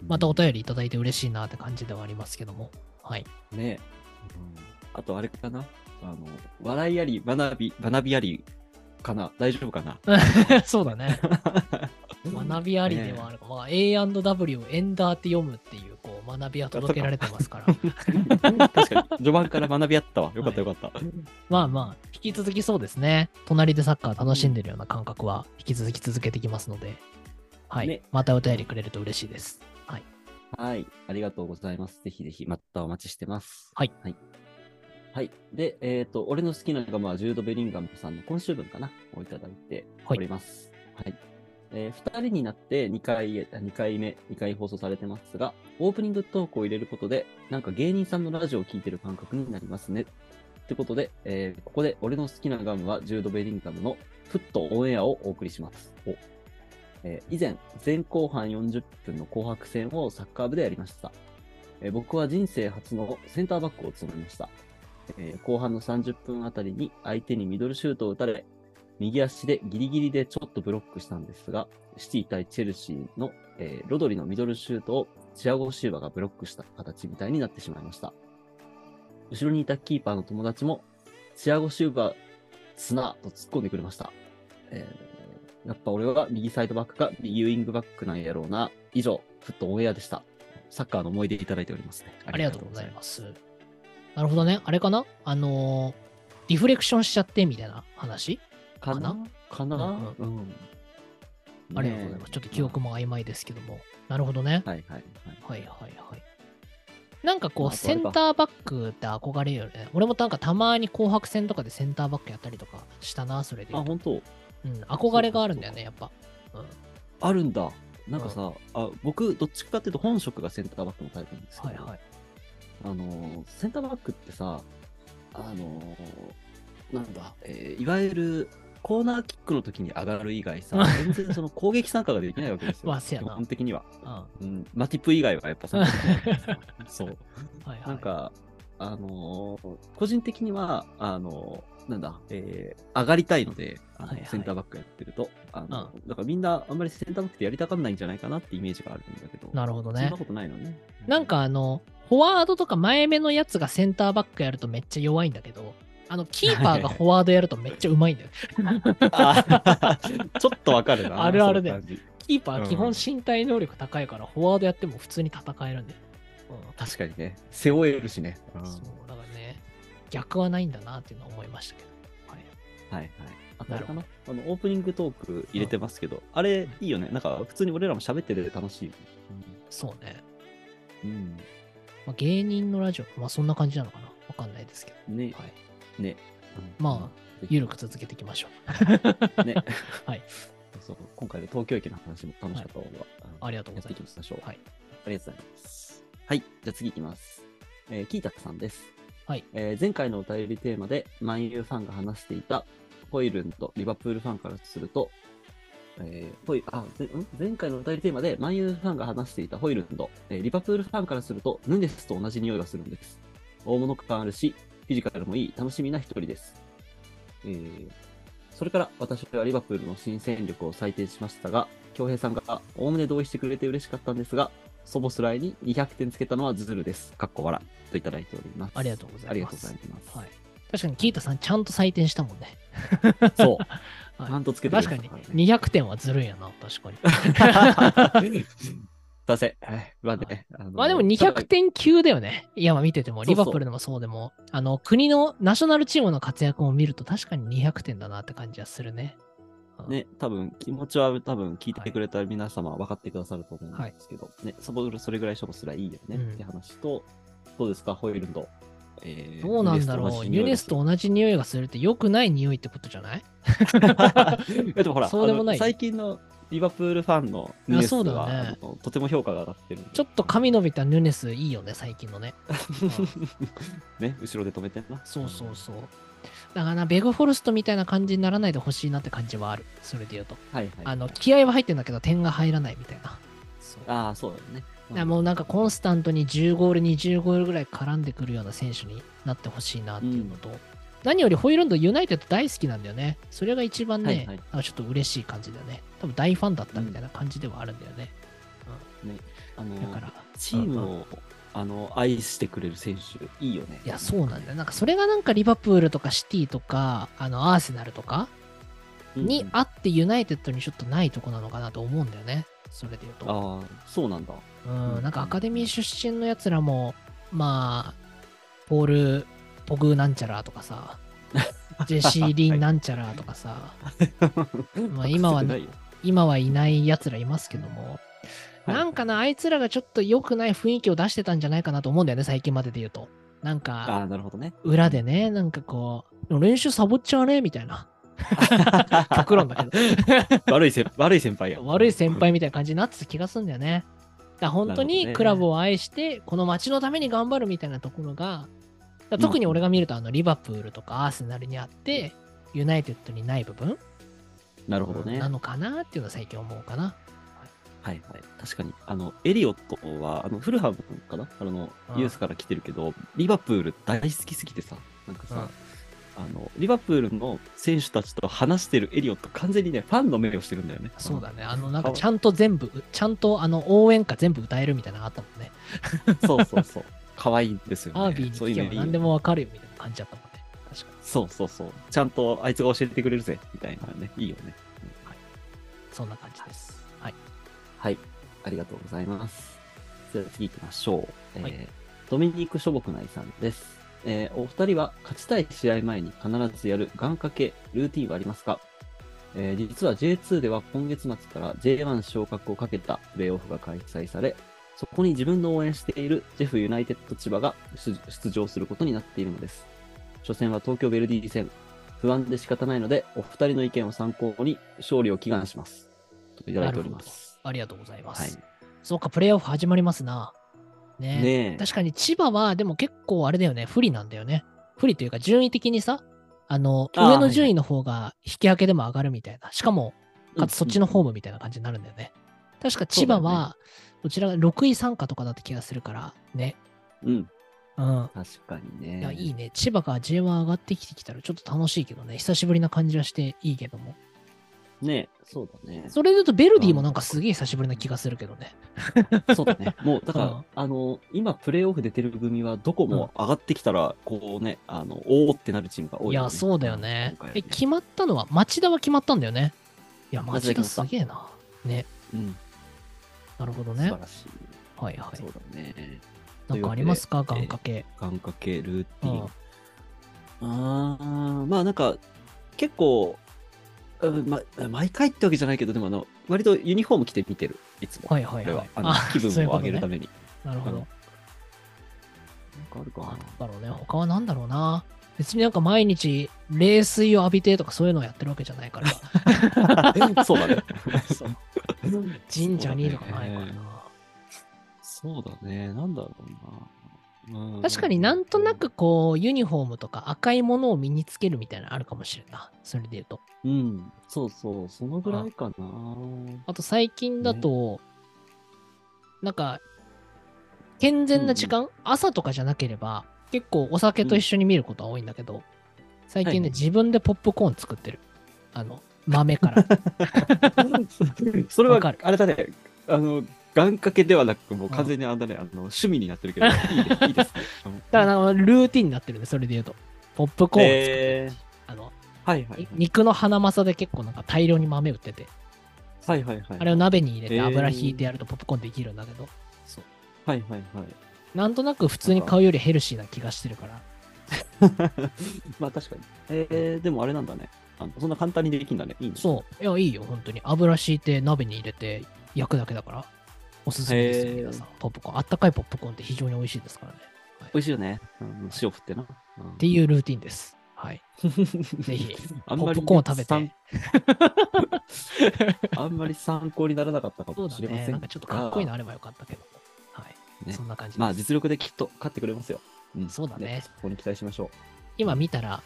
S1: またお
S2: うん
S1: 便りいただいて嬉しいなって感じではありますけども。はい。
S2: ねえ、あとあれかなあの、笑いあり、学び、学びありかな大丈夫か な
S1: そうだね。学びありではある。まあ、A&W をエンダーって読むっていう、こう、学びは届けられてますから。
S2: 確かに、序盤から学びあったわ。よかったよかった。
S1: まあまあ、引き続きそうですね。隣でサッカー楽しんでるような感覚は、引き続き続けていきますので。はい。
S2: ね
S1: またお便りくれると嬉しいです。はい。
S2: はい、ありがとうございます。ぜひぜひ、またお待ちしてます。
S1: はい。
S2: はい。はい、で、えっ、と、俺の好きなのが、まあ、ジュード・ベリンガムさんの今週分かな、をいただいております。はい。えー、2人になって2回、あ2回目、2回放送されてますが、オープニングトークを入れることで、なんか芸人さんのラジオを聴いてる感覚になりますね。ということで、えーここで俺の好きなガムはジュード・ベリンガムのフットオンエアをお送りします。おえー以前、前後半40分の紅白戦をサッカー部でやりました。えー僕は人生初のセンターバックを務めました。えー後半の30分あたりに相手にミドルシュートを打たれ、右足でギリギリでちょっとブロックしたんですが、シティ対チェルシーの、えーロドリのミドルシュートをチアゴ・シューバがブロックした形みたいになってしまいました。後ろにいたキーパーの友達も、チアゴ・シューバ、綱と突っ込んでくれました。えーやっぱ俺は右サイドバックか右ウイングバックなんやろうな。以上、フットオンエアでした。サッカーの思い出いただいておりますね。
S1: ありがとうございます。なるほどね。あれかなあのーリフレクションしちゃってみたいな話
S2: す。かなかなうん。
S1: ありがとうございます。ちょっと記憶
S2: も。
S1: も曖昧ですけども。なるほどね。
S2: はいはいは
S1: は
S2: い。
S1: いはいはい。なんかこう、
S2: まあこれ
S1: セ
S2: か
S1: ンターバックって憧れるよね。俺もなんかたまに紅白戦とかでセンターバックやったりとかしたな、それで
S2: あ、
S1: 言うと。
S2: 本
S1: う
S2: 当
S1: ん、憧れがあるんだよね、やっぱ。うん、
S2: あるんだ。なんかさ、あ僕、どっちかっていうと本職がセンターバックのタイプなんですけ
S1: はい
S2: ど、
S1: はい。
S2: あのーセンターバックってさ、あのーなんだ、えーいわゆるコーナーキックの時に上がる以外 さ、全然その攻撃参加ができない わけですよ。
S1: まあせや
S2: 基
S1: な
S2: 本的には。
S1: うん。は
S2: うん、マティップ以外はやっぱその そう。
S1: いはい。
S2: なんか、あのー個人的には、あのーなんだ、えー上がりたいので、あの
S1: はいはい
S2: センターバックやってると、あのだからみんなあんまりセンターバックでやりたがんないんじゃないかなってイメージがあるんだけど、
S1: なるほど
S2: そん
S1: ね
S2: な。ことないのね。
S1: なんかあの、フォワードとか前目のやつがセンターバックやるとめっちゃ弱いんだけど、あの、キーパーがフォワードやるとめっちゃうまい んだよ。
S2: あちょっとわかるな。
S1: あるあるだよ
S2: その感じ
S1: キーパー基本身体能力高いから、フォワードやっても普通に戦えるんだよ。うん
S2: 確かにね、背負えるしね。うん
S1: そう、だからね、逆はないんだなっていうのは思いましたけど。はい
S2: はいはい。あとあれか
S1: な
S2: なあのオープニングトーク入れてますけど、あれいいよね。なんか普通に俺らも喋ってて楽しい。
S1: そうね。
S2: うん。
S1: まあ、芸人のラジオ、まあそんな感じなのかなわかんないですけど。
S2: ね、
S1: はい。
S2: ね。
S1: まあ、ゆるく続けていきましょう。。
S2: あ、ね
S1: はい。
S2: そう今回の東京駅の話も楽しかった方が、
S1: ありがとうご
S2: やっ
S1: ざ
S2: て
S1: い
S2: いき
S1: ま。
S2: ますしょう。
S1: はい。
S2: ありがとうございます。はい。じゃあ次いきます。えー、キータクさんです。
S1: はい。
S2: えー前回のお便りテーマで、万有ファンが話していた、ホイルンとリバプールファンからすると、えーホイあぜん前回のお便りテーマで、万有ファンが話していたホイルンと、えーリバプールファンからすると、ヌネスと同じ匂いがするんです。大物感あるし、フィジカルもいい、楽しみな一人です。えーそれから私はリバプールの新戦力を採点しましたが、京平さんがおおむね同意してくれて嬉しかったんですが、祖母スライに200点つけたのはズルです。かっこ笑といただいております。
S1: ありがとうございます
S2: ありがとうございます。
S1: はい。確かに、キータさん、ちゃんと採点したもんね。
S2: そう。
S1: はい
S2: ちゃんとつけて
S1: 確かに、200点はずるいやな、確かに。
S2: に。出せ。はいまあね、あの
S1: まあでも200点級だよね。いや、まあ見てても、
S2: そうそう
S1: リバプールでもそうでも、あの、国のナショナルチームの活躍を見ると、確かに200点だなって感じはするね。うん
S2: ね、多分気持ちは多分聞いてくれた皆様は分かってくださると思うんですけど、ね、そこそれぐらい処分すらいいよね
S1: うん
S2: って話と、どうですか、ホイールド。えー
S1: どうなんだろう。ニュネスと。同じ匂いがするって良くない匂いってことじゃない
S2: 同じ匂いがする えでもほら、
S1: そうでもない
S2: あの最近のリバプールファンのニュース
S1: いやそうだよ
S2: は、
S1: ね
S2: あのとても評価が上がってる。
S1: ちょっと髪伸びたヌネスいいよね、最近のね。
S2: ね、後ろで止めてんな。
S1: そうそうそう。だからな、ベグフォルストみたいな感じにならないでほしいなって感じはある。それで言うと。
S2: はいはい。
S1: あの、気合は入ってんだけど、点が入らないみたいな。そう。
S2: ああ、そうだよね。
S1: だからもうなんかコンスタントに10ゴール、20ゴールぐらい絡んでくるような選手になってほしいなっていうのと、何よりホイールンドユナイテッド大好きなんだよね。それが一番ね、
S2: はいはい
S1: なんかちょっと嬉しい感じだよね。多分大ファンだったみたいな感じではあるんだよね。
S2: あの
S1: だから、
S2: チ
S1: うん
S2: ー
S1: うん
S2: ムを、あの愛してくれる選手、いいよね。
S1: いや、そうなんだよ。なんかそれがなんかリバプールとかシティとか、あの、アーセナルとか
S2: うんうん
S1: にあってユナイテッドにちょっとないとこなのかなと思うんだよね。それで言うと。
S2: ああ、そうなんだ。
S1: う、
S2: うんん
S1: なんかアカデミー出身のやつらも、まあ、ポール・ポグなんちゃらとか さ、ジェシー・リンなんちゃらとかさ、まあ今はね
S2: 隠せてないよ
S1: 今はいないやつらいますけども、
S2: はい
S1: なんかな、あいつらがちょっと良くない雰囲気を出してたんじゃないかなと思うんだよね、最近までで言うと。なん
S2: あ
S1: か、
S2: あ、なるほどね。
S1: 裏でね、なんかこう、でも練習サボっちゃうね、みたい な。極論だけど。
S2: 悪い先 悪い先輩や。
S1: 悪い先輩みたいな感じになってた気がするんだよね。だから本当
S2: なるほど
S1: に
S2: ね
S1: クラブを愛して、この街のために頑張るみたいなところが、だから特に俺が見ると、あのリバプールとかアーセナルにあって、ユナイテッドにない部分
S2: なるほどね。
S1: な
S2: はい
S1: のかなっていうのは最近思うかな。
S2: はい。確かに、あの、エリオットは、あの、フルハムかなあの
S1: う、ん
S2: ユースから来てるけど、リバプール大好きすぎてさ、なんかさ、あの、リバプールの選手たちと話してるエリオット、完全にね、ファンの目をしてるんだよね。
S1: そうだね。あの、なんか
S2: かわいい
S1: ちゃんと全部、ちゃんとあの応援歌全部歌えるみたいなのがあったもんね。
S2: そうそうそう。 可愛いんですよね。
S1: アービーに
S2: そうい
S1: 聞
S2: う
S1: け
S2: のい
S1: ば
S2: いよね
S1: 何でもわかるよみたいな感じだったもんね。確かに。
S2: そうそうそう。ちゃんとあいつが教えてくれるぜ、みたいなね。いいよね。
S1: そんな感じです。はい。
S2: はい。ありがとうございます。じゃあ次行きましょう。
S1: はい
S2: えードミニク・ショボクナイさんです。えーお二人は勝ちたい試合前に必ずやる願掛け、ルーティンはありますかえー実は J2 では今月末から J1 昇格をかけたプレーオフが開催され、そこに自分の応援しているジェフユナイテッド千葉が出出場することになっているのです。初戦は東京ベルディ戦。不安で仕方ないので、お二人の意見を参考に勝利を祈願します。といただいております。
S1: ありがとうございま
S2: はい
S1: す。。そうか、プレイオフ始まりますな。ね
S2: ねえ。
S1: 確かに千葉はでも結構あれだよね不利なんだよね不利というか順位的にさあの、
S2: あー
S1: 上の順位の方が引き分けでも上がるみたいな。しかも、
S2: うん
S1: かつそっちのホームみたいな感じになるんだよね。確か千葉
S2: そうだ
S1: は、どちらが6位参加とかだった気がするから、ね。
S2: うん、
S1: うん。
S2: 確かに
S1: い
S2: ね。
S1: や、いいね。千葉が J1 上がってきてきたらちょっと楽しいけどね。久しぶりな感じはしていいけども。
S2: ねそうだね。
S1: それで言うと、ベルディもなんかすげえ久しぶりな気がするけどね。
S2: そうだね。 もう、だから、
S1: うん
S2: あの、今、プレーオフ出てる組は、どこも上がってきたら、こうね、あの、おおってなるチームが多い、
S1: いや、そうだよね
S2: 今。回
S1: え、
S2: は
S1: 決まったのは、町田は決まったんだよね。いや、町
S2: 町
S1: 田
S2: 田
S1: すげえな。ね、
S2: うん、
S1: なるほど
S2: 素
S1: ね
S2: 晴。らしい。
S1: はいは
S2: そう
S1: い。
S2: だね。
S1: なんかありますか、願掛け。
S2: 願掛け、ルーティン。
S1: うん
S2: あーまあなんか、結構、うんま、毎回ってわけじゃないけど、でもあの、割とユニフォーム着て見てる、いつも。
S1: はいはい
S2: これ
S1: は。
S2: はいあの気分を上げるた
S1: め。
S2: めに。
S1: なるほ
S2: う
S1: ど。
S2: んなんかあるか
S1: なん
S2: な。
S1: だろうね。他は何だろうな。別になんか毎日、冷水を浴びてとかそういうのをやってるわけじゃない から。
S2: そうだね。
S1: そう神社にとかないからな。
S2: そうだね。なんだろうな。うん
S1: 確かになんとな、くこう、ユニフォームとか赤いものを身につけるみたいなのあるかもしれんな。それで言うと。
S2: うん、そうそう、そのぐらいかな。
S1: あと最近だと、なんか、健全な時間、朝とかじゃなければ、結構お酒と一緒に見ることは多いんだけど、最近ね、
S2: はいはい
S1: 自分でポップコーン作ってる。あの、豆 から。
S2: それ
S1: わ
S2: は
S1: かる、
S2: あれだね、あの、願掛けではなく、もう完全にあんだね、あの、趣味になってるけど、いいです、いい ですね。あの
S1: だからなんかルーティンになってるね、それで言うと。ポップコーンを作ってる。
S2: えー
S1: あの、
S2: はいはい
S1: い。肉のハナマサで結構なんか大量に豆売ってて、
S2: はいはいはい。
S1: あれを鍋に入れて
S2: えー
S1: 油引いてやるとポップコーンできるんだけど、
S2: はいはいはい。
S1: なんとなく普通に買うよりヘルシーな気がしてるから。
S2: まあ確かに。えー、でもあれなんだね。あのそんな簡単にできるんだね。いいね。
S1: そう。いや、いいよ、本当に。油敷いて鍋に入れて焼くだけだから。おすすめですよ、
S2: へー
S1: 皆さん。ポップコーン。あったかいポップコーンって非常に美味しいですからね。
S2: 美味しいよね。うん、塩振ってな。うん
S1: っていうルーティンです。はい。 ぜひ、
S2: あん
S1: ポ
S2: ま
S1: ッ
S2: り
S1: プ
S2: ね
S1: コーン食べ
S2: 参
S1: て。
S2: あんまり参考にならなかったか
S1: そう
S2: も
S1: だ
S2: しれま
S1: ね。
S2: せん
S1: なんかちょっとかっこいいのあればよかったけど。はい。
S2: ね
S1: そんな感じです。
S2: まあ実力できっと勝ってくれますよ。うん
S1: そうだね
S2: そこに期待しましょ
S1: 今見たら、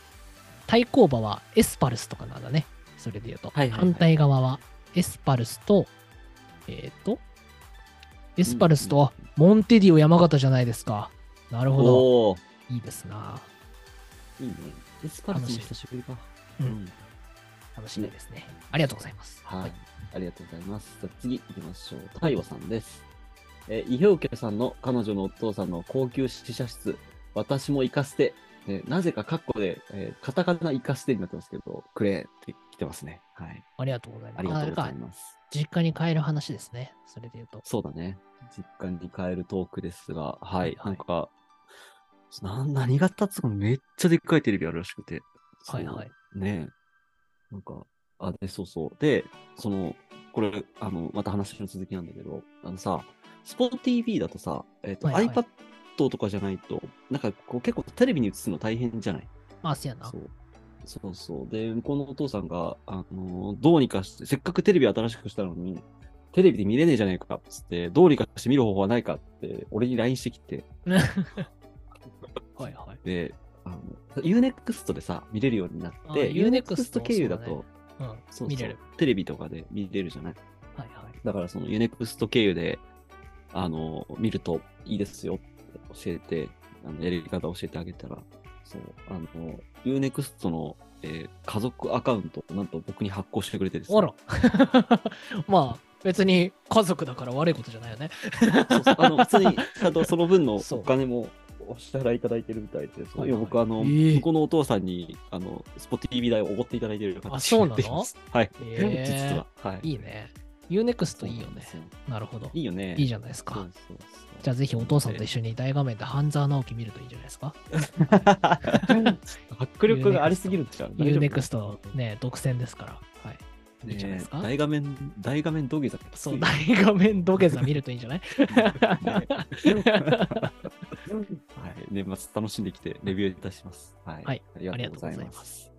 S1: 対抗馬はエスパルスとかなんだね。それで言うと。
S2: はいはいはい
S1: 反対側はエスパルスと、えっ、と、エスパルス
S2: うん
S1: と、モンテディオ山形じゃないですか。なる
S2: う。
S1: ほど。
S2: おー
S1: いいですな。
S2: いいね。エスパルスも久しぶりか。
S1: うん
S2: うん
S1: 楽しみですね。ありがとうございます。
S2: はい。ありがとうございます。じゃあ次行きましょう。太陽さんです。えー、イヒョウケさんの彼女のお父さんの高級試写室、私も行かせて、えーなぜかカッコで、えーカタカナ行かせてになってますけど、くれって来てますね。はい。
S1: ありがとうございます。
S2: ありがとうござ
S1: あ
S2: い
S1: れか
S2: ます。
S1: 実家に帰る話ですね。それで言うと。
S2: そうだね。実家に帰るトークですが、はい。
S1: はいはい
S2: なんか、な何があったっつうかめっちゃでっかいテレビあるらしくて。
S1: はいはい。
S2: そう。ねえ。なんか、あ、で、そうそう。で、その、これ、あの、また話の続きなんだけど、あのさ、スポー TV だとさ、えっ、と、
S1: はいはい
S2: iPad とかじゃないと、なんかこう結構テレビに映すの大変じゃない
S1: まあ、せやな
S2: そ。う。そうそう。で、向こうのお父さんが、あのーどうにかして、せっかくテレビ新しくしたのに、テレビで見れねえじゃねえかっつって、どうにかして見る方法はないかって、俺に LINE してきて、
S1: はいはい。
S2: で、あの、UNEXT でさ、見れるようになっ
S1: あ
S2: て、
S1: ー UNEXT
S2: UNEXT 経由だと、
S1: そうだねうん。
S2: そうそう
S1: 見れる。
S2: テレビとかで見れるじゃない
S1: はいはい。
S2: だからその UNEXT 経由で、あの、見るといいですよって教えて、あのやり方を教えてあげたら、そう、あの、UNEXT の、えー家族アカウントをなんと僕に発行してくれてですね、
S1: あら。 まあ、別に家族だから悪いことじゃないよね。
S2: そうそうあの、普通 に、ちゃんとその分の
S1: そう
S2: お金もお支払いいただいてるみたいで、そう今僕、あの、
S1: ええ
S2: 向こうのお父さんに、あの、スポ TV 代をおごっていただいてる
S1: あ
S2: 形
S1: そうなの
S2: になっています。はい。
S1: ええ
S2: 実は。はい。
S1: いいね。UNEXT いいよ
S2: そうなんで
S1: ね
S2: す。よ。
S1: なるほど。
S2: いいよね。
S1: いいじゃないです
S2: そ
S1: か
S2: う。そうそう
S1: じゃあぜひお父さんと一緒に大画面で半沢直樹見るといいんじゃないです か。
S2: 迫力がありすぎるんちゃう
S1: UNEXT ね、独占ですから。はい。いいんじゃないですか
S2: ねえ大画面、大画面土下座
S1: そう、大画面土下座見るといいんじゃない
S2: はい、年末楽しんできてレビューいたします。はい。
S1: はい
S2: あり
S1: あ
S2: が
S1: り
S2: と
S1: が
S2: う
S1: とう
S2: ござ
S1: ご
S2: い
S1: ざい
S2: ま。
S1: ますす。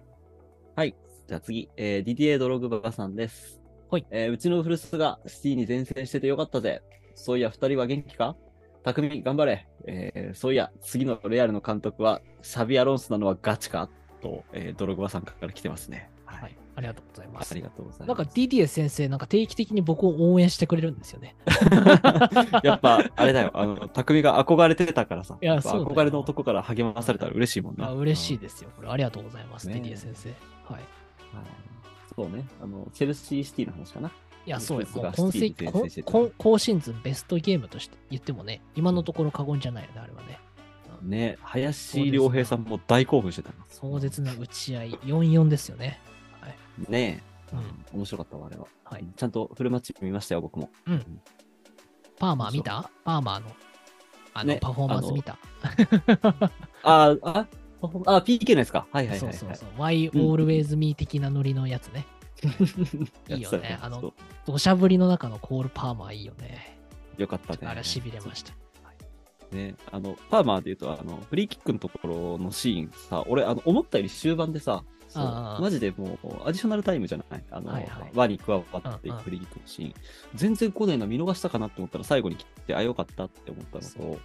S2: はい。じゃあ次、えー、ディディエ・ドログバさんです。
S1: はい
S2: えーうちの古巣がシティに前線しててよかったぜ。そういや、二人は元気か匠、頑張れ。えーそういや、次のレアルの監督は、シャビ・アロンスなのはガチかと、えー、ドログバさんから来てますね。は
S1: はいい。。ありがとうございま
S2: あ
S1: す
S2: り。がとうござい
S1: な
S2: ま
S1: ん
S2: す。
S1: か DDS 先生、なんか定期的に僕を応援してくれるんですよね。
S2: やっぱ、あれだよ、あの、匠が憧れてたからさ、
S1: いや
S2: っぱ
S1: そうだよ
S2: 憧れの男から励まされたら嬉しいもんな。
S1: あ嬉しい
S2: で
S1: ですよ。これありがとうございます、
S2: ねえ
S1: DDS 先生。はい。
S2: す。はいそうね、あの、チェルシーシティの話かな。
S1: いや、そうです。
S2: そう
S1: もう
S2: です
S1: 今
S2: スティ
S1: 世
S2: ーブ
S1: 紀、
S2: 先生
S1: こん今シーズンベストゲームとして言ってもね、今のところ過言じゃないよね、あれはね。
S2: ね、林良平さんも大興奮してたな
S1: 壮絶な打ち合い、4-4ですよね。はい。
S2: ねえ、
S1: うん
S2: 面白かったわ、あれは。
S1: はい。
S2: ちゃんとフルマッチ見ましたよ、僕も。
S1: パーマー見たパーマーの、あの、
S2: ね
S1: パフォーマンス見た。
S2: あーあ、あ、PK のやつか。はいはいはい、
S1: そう
S2: はい。
S1: そうそう。Why always me 的なノリのやつね。いいよ
S2: やってた
S1: ね。あ
S2: そう
S1: の、土砂降りの中のコールパーマーいいよね。
S2: よかったね。
S1: あれは痺れました。
S2: ね、あの、パーマーで言うと、あの、フリーキックのところのシーンさ、俺、あの、思ったより終盤でさ、そう
S1: ああ
S2: マジでもう、アディショナルタイムじゃないあの、
S1: はいはい
S2: 輪に加わってい
S1: うんう
S2: く
S1: ん
S2: フリーキックのシーン。全然来ねえな、見逃したかなって思ったら、最後に切って、あ、よかったって思ったの
S1: そう
S2: と、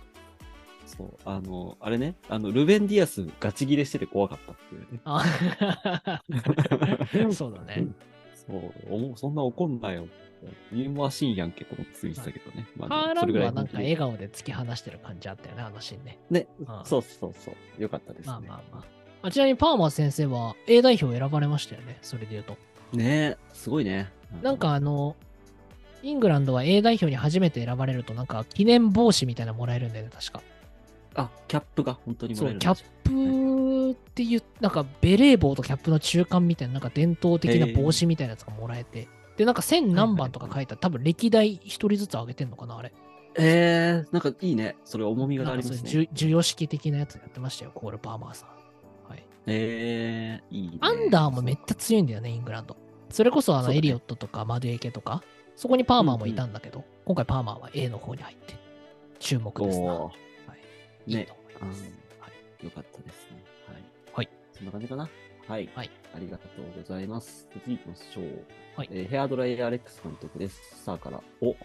S2: そう、あの、あれね、あの、ルベン・ディアスガチ切れしてて怖かったっていうね。
S1: あ そうだね。
S2: そう、おもそんな怒んなよ。ユーモアシーンやんけと思って見てたけどね。ま
S1: ハーランドはなんか
S2: 本気で
S1: 笑顔で突き放してる感じあったよね、あのシーンね。
S2: ね、
S1: うん
S2: そうそうそう。よかったですね。
S1: まあまあまあ。あちなみにパーマー先生は A 代表選ばれましたよね、それで言うと。
S2: ねえ、すごいね。
S1: なんかあの、イングランドは A 代表に初めて選ばれると、なんか記念帽子みたいなのもらえるんだよね、確か。
S2: あ、キャップが本当にも
S1: そ
S2: ら
S1: う、
S2: えるん
S1: キャ
S2: だ
S1: ップっていう、なんかベレー帽とキャップの中間みたいな、なんか伝統的な帽子みたいなやつがもらえて、で、なんか千何番とか書いたら、多分歴代一人ずつ上げてんのかな、あれ。
S2: えー、なんかいいね。それ重み
S1: な
S2: があ
S1: んか
S2: りま
S1: そういう
S2: すね。
S1: 授授与式的なやつやってましたよ、コール・パーマーさん。はい。
S2: えー、いいね。
S1: アンダーもめっちゃ強いんだよね、イングランド。それこそあ
S2: そ
S1: の
S2: うだね
S1: エリオットとかマデュエケとか、そこにパーマーもいたんだけど、今回パーマーは A の方に入って、注目ですな。
S2: お
S1: い
S2: ー
S1: い
S2: ね
S1: と思います。はい
S2: ーよかったですね。はい。
S1: はい。
S2: そんな感じかな。はい。
S1: はい
S2: ありがとうございます。次行きましょう。
S1: はい
S2: えーヘアドライヤーアレックス監督です。さあから、お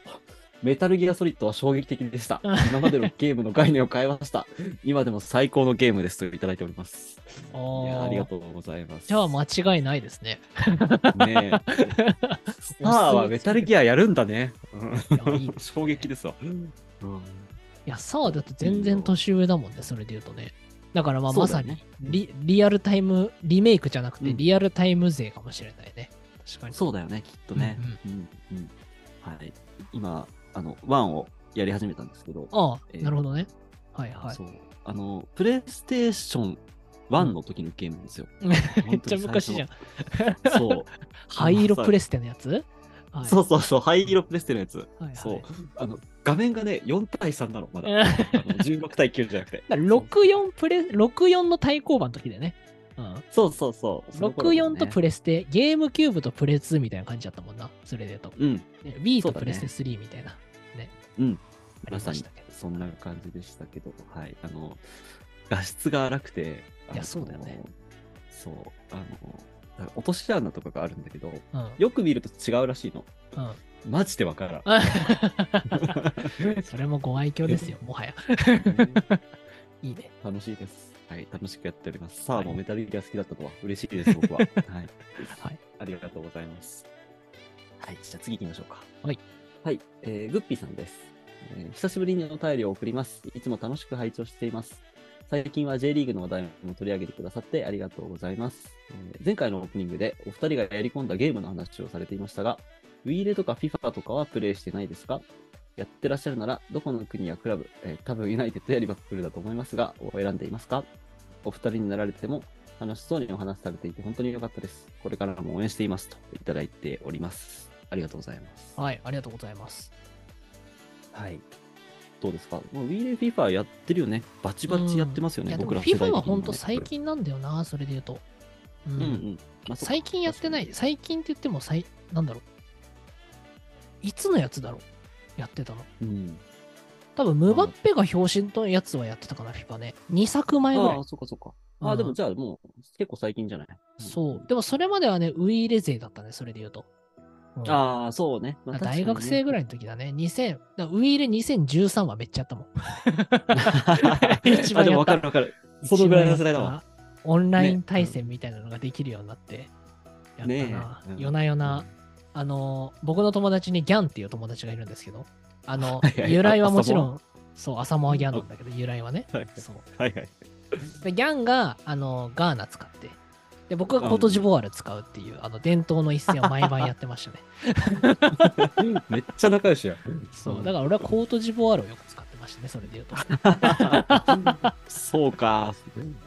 S2: メタルギアソリッドは衝撃的で した。今までのゲームの概念を変えました。今でも最高のゲームですといただいております。いやーありがとうございます。
S1: じゃあ間違いないです ね。
S2: ねえ。ス ターはメタルギアやるんだね。
S1: いやいいですね
S2: 衝撃ですわ。
S1: いや、サワだと全然年上だもんね、それで言うとね。だからまあ
S2: そ
S1: ま
S2: うだ
S1: さ
S2: ね
S1: にリ,、リアルタイム、リメイクじゃなくて
S2: うん
S1: リアルタイム勢かもしれないね。確かに。
S2: そうだよね、きっとね。うんうんはい。今、あの、ワンをやり始めたんですけど、
S1: ああ、
S2: えー
S1: なるほどね。はいはい。
S2: そう。あの、プレイステーション1の時のゲームなんですよ。
S1: めめっちゃ昔じゃん。
S2: ん。そう。
S1: 灰色プレステのやつはい
S2: そうそうそう、灰色プレステのやつ。
S1: はいはい
S2: そう。あの、画面がね、4対3なの、まだ。
S1: え
S2: あの16対9じゃなくて。
S1: だから64プレ、64の対抗馬の時でね。うん。
S2: そうそうそう。その頃だね
S1: 64とプレステ、ゲームキューブとプレ2みたいな感じだったもんな。それで言うと。
S2: うん。
S1: ね Wii
S2: そ
S1: と
S2: うだ
S1: プ
S2: ね
S1: レステ3みたいな。ね。
S2: うん。
S1: あり
S2: まさ
S1: まし
S2: に
S1: たけど。
S2: そんな感じでしたけど、はい。あの、画質が荒くて、あ
S1: いや
S2: の
S1: そうだよね。
S2: そう、あの、なんか落とし穴とかがあるんだけど、
S1: うん。
S2: よく見ると違うらしいの。
S1: うん。
S2: マジでわ からん。
S1: それもご愛嬌ですよ、もはや。いいね。
S2: 楽しいです。はい、楽しくやっております。さあ、
S1: はい
S2: もうメタルギア好きだったとは嬉しいです、 僕は。はい。
S1: はい。
S2: ありがとうございます。はい、じゃあ次行きましょうか。
S1: はい。
S2: はい、えー、グッピーさんです。えー久しぶりにお便りを送ります。いつも楽しく拝聴しています。最近は J リーグの話題も取り上げてくださってありがとうございます。えー前回のオープニングでお二人がやり込んだゲームの話をされていましたが、ウィーレとか FIFA とかはプレイしてないですかやってらっしゃるなら、どこの国やクラブ、えー多分ユナイテッドやリバプールだと思いますが、を選んでいますかお二人になられても楽しそうにお話しされていて本当に良かったです。これからも応援していますといただいております。ありがとうございます。
S1: はい、ありがとうございます。
S2: はい。どうですかもう w e レ FIFA やってるよね。バチバチやってますよ
S1: い
S2: ね。
S1: や、で
S2: 僕
S1: も
S2: ら世代的
S1: FIFA
S2: にもね
S1: は本当最。近なんだよな、それで言うと。う。
S2: うんうんん。まあそっか
S1: 最近やってない。最近って言っても、最、なんだろう。いつのやつだろうやってたの。
S2: うん。
S1: 多分、ムバッペが表紙のやつはやってたかな、FIFA ね。2作前ぐら
S2: あ
S1: い
S2: あ、。そっかそっか。
S1: うん
S2: ああ、でもじゃあもう結構最近じゃない
S1: そう。でも、それまではね、ウイイレ勢だったね、それで言うと。うん
S2: ああ、そうね。まあ
S1: 大学生 ぐらいの時だね。2000、だからウイイレ2013はめっちゃやったもん。
S2: 確かにね。
S1: 一番やった
S2: あ、でもわかるわかる。そのぐらいの世代だわ。
S1: オンライン対戦みたいなのができるようになって、やったな、
S2: ねえうん
S1: 夜な夜な、あの、僕の友達にギャンっていう友達がいるんですけど、あの、
S2: はいはい
S1: 由来は
S2: あ
S1: もちろん、そう、朝もはギャンなんだけど、由来はね。
S2: はい
S1: そう。
S2: はいはい。
S1: で、ギャンが、あの、ガーナ使って、で、僕がコートジボワール使うっていう、あの、伝統の一戦を毎晩やってました ね。
S2: めっちゃ仲良しや。
S1: そう、だから俺はコートジボワールをよく使ってましたね、それで言うと。
S2: そうか。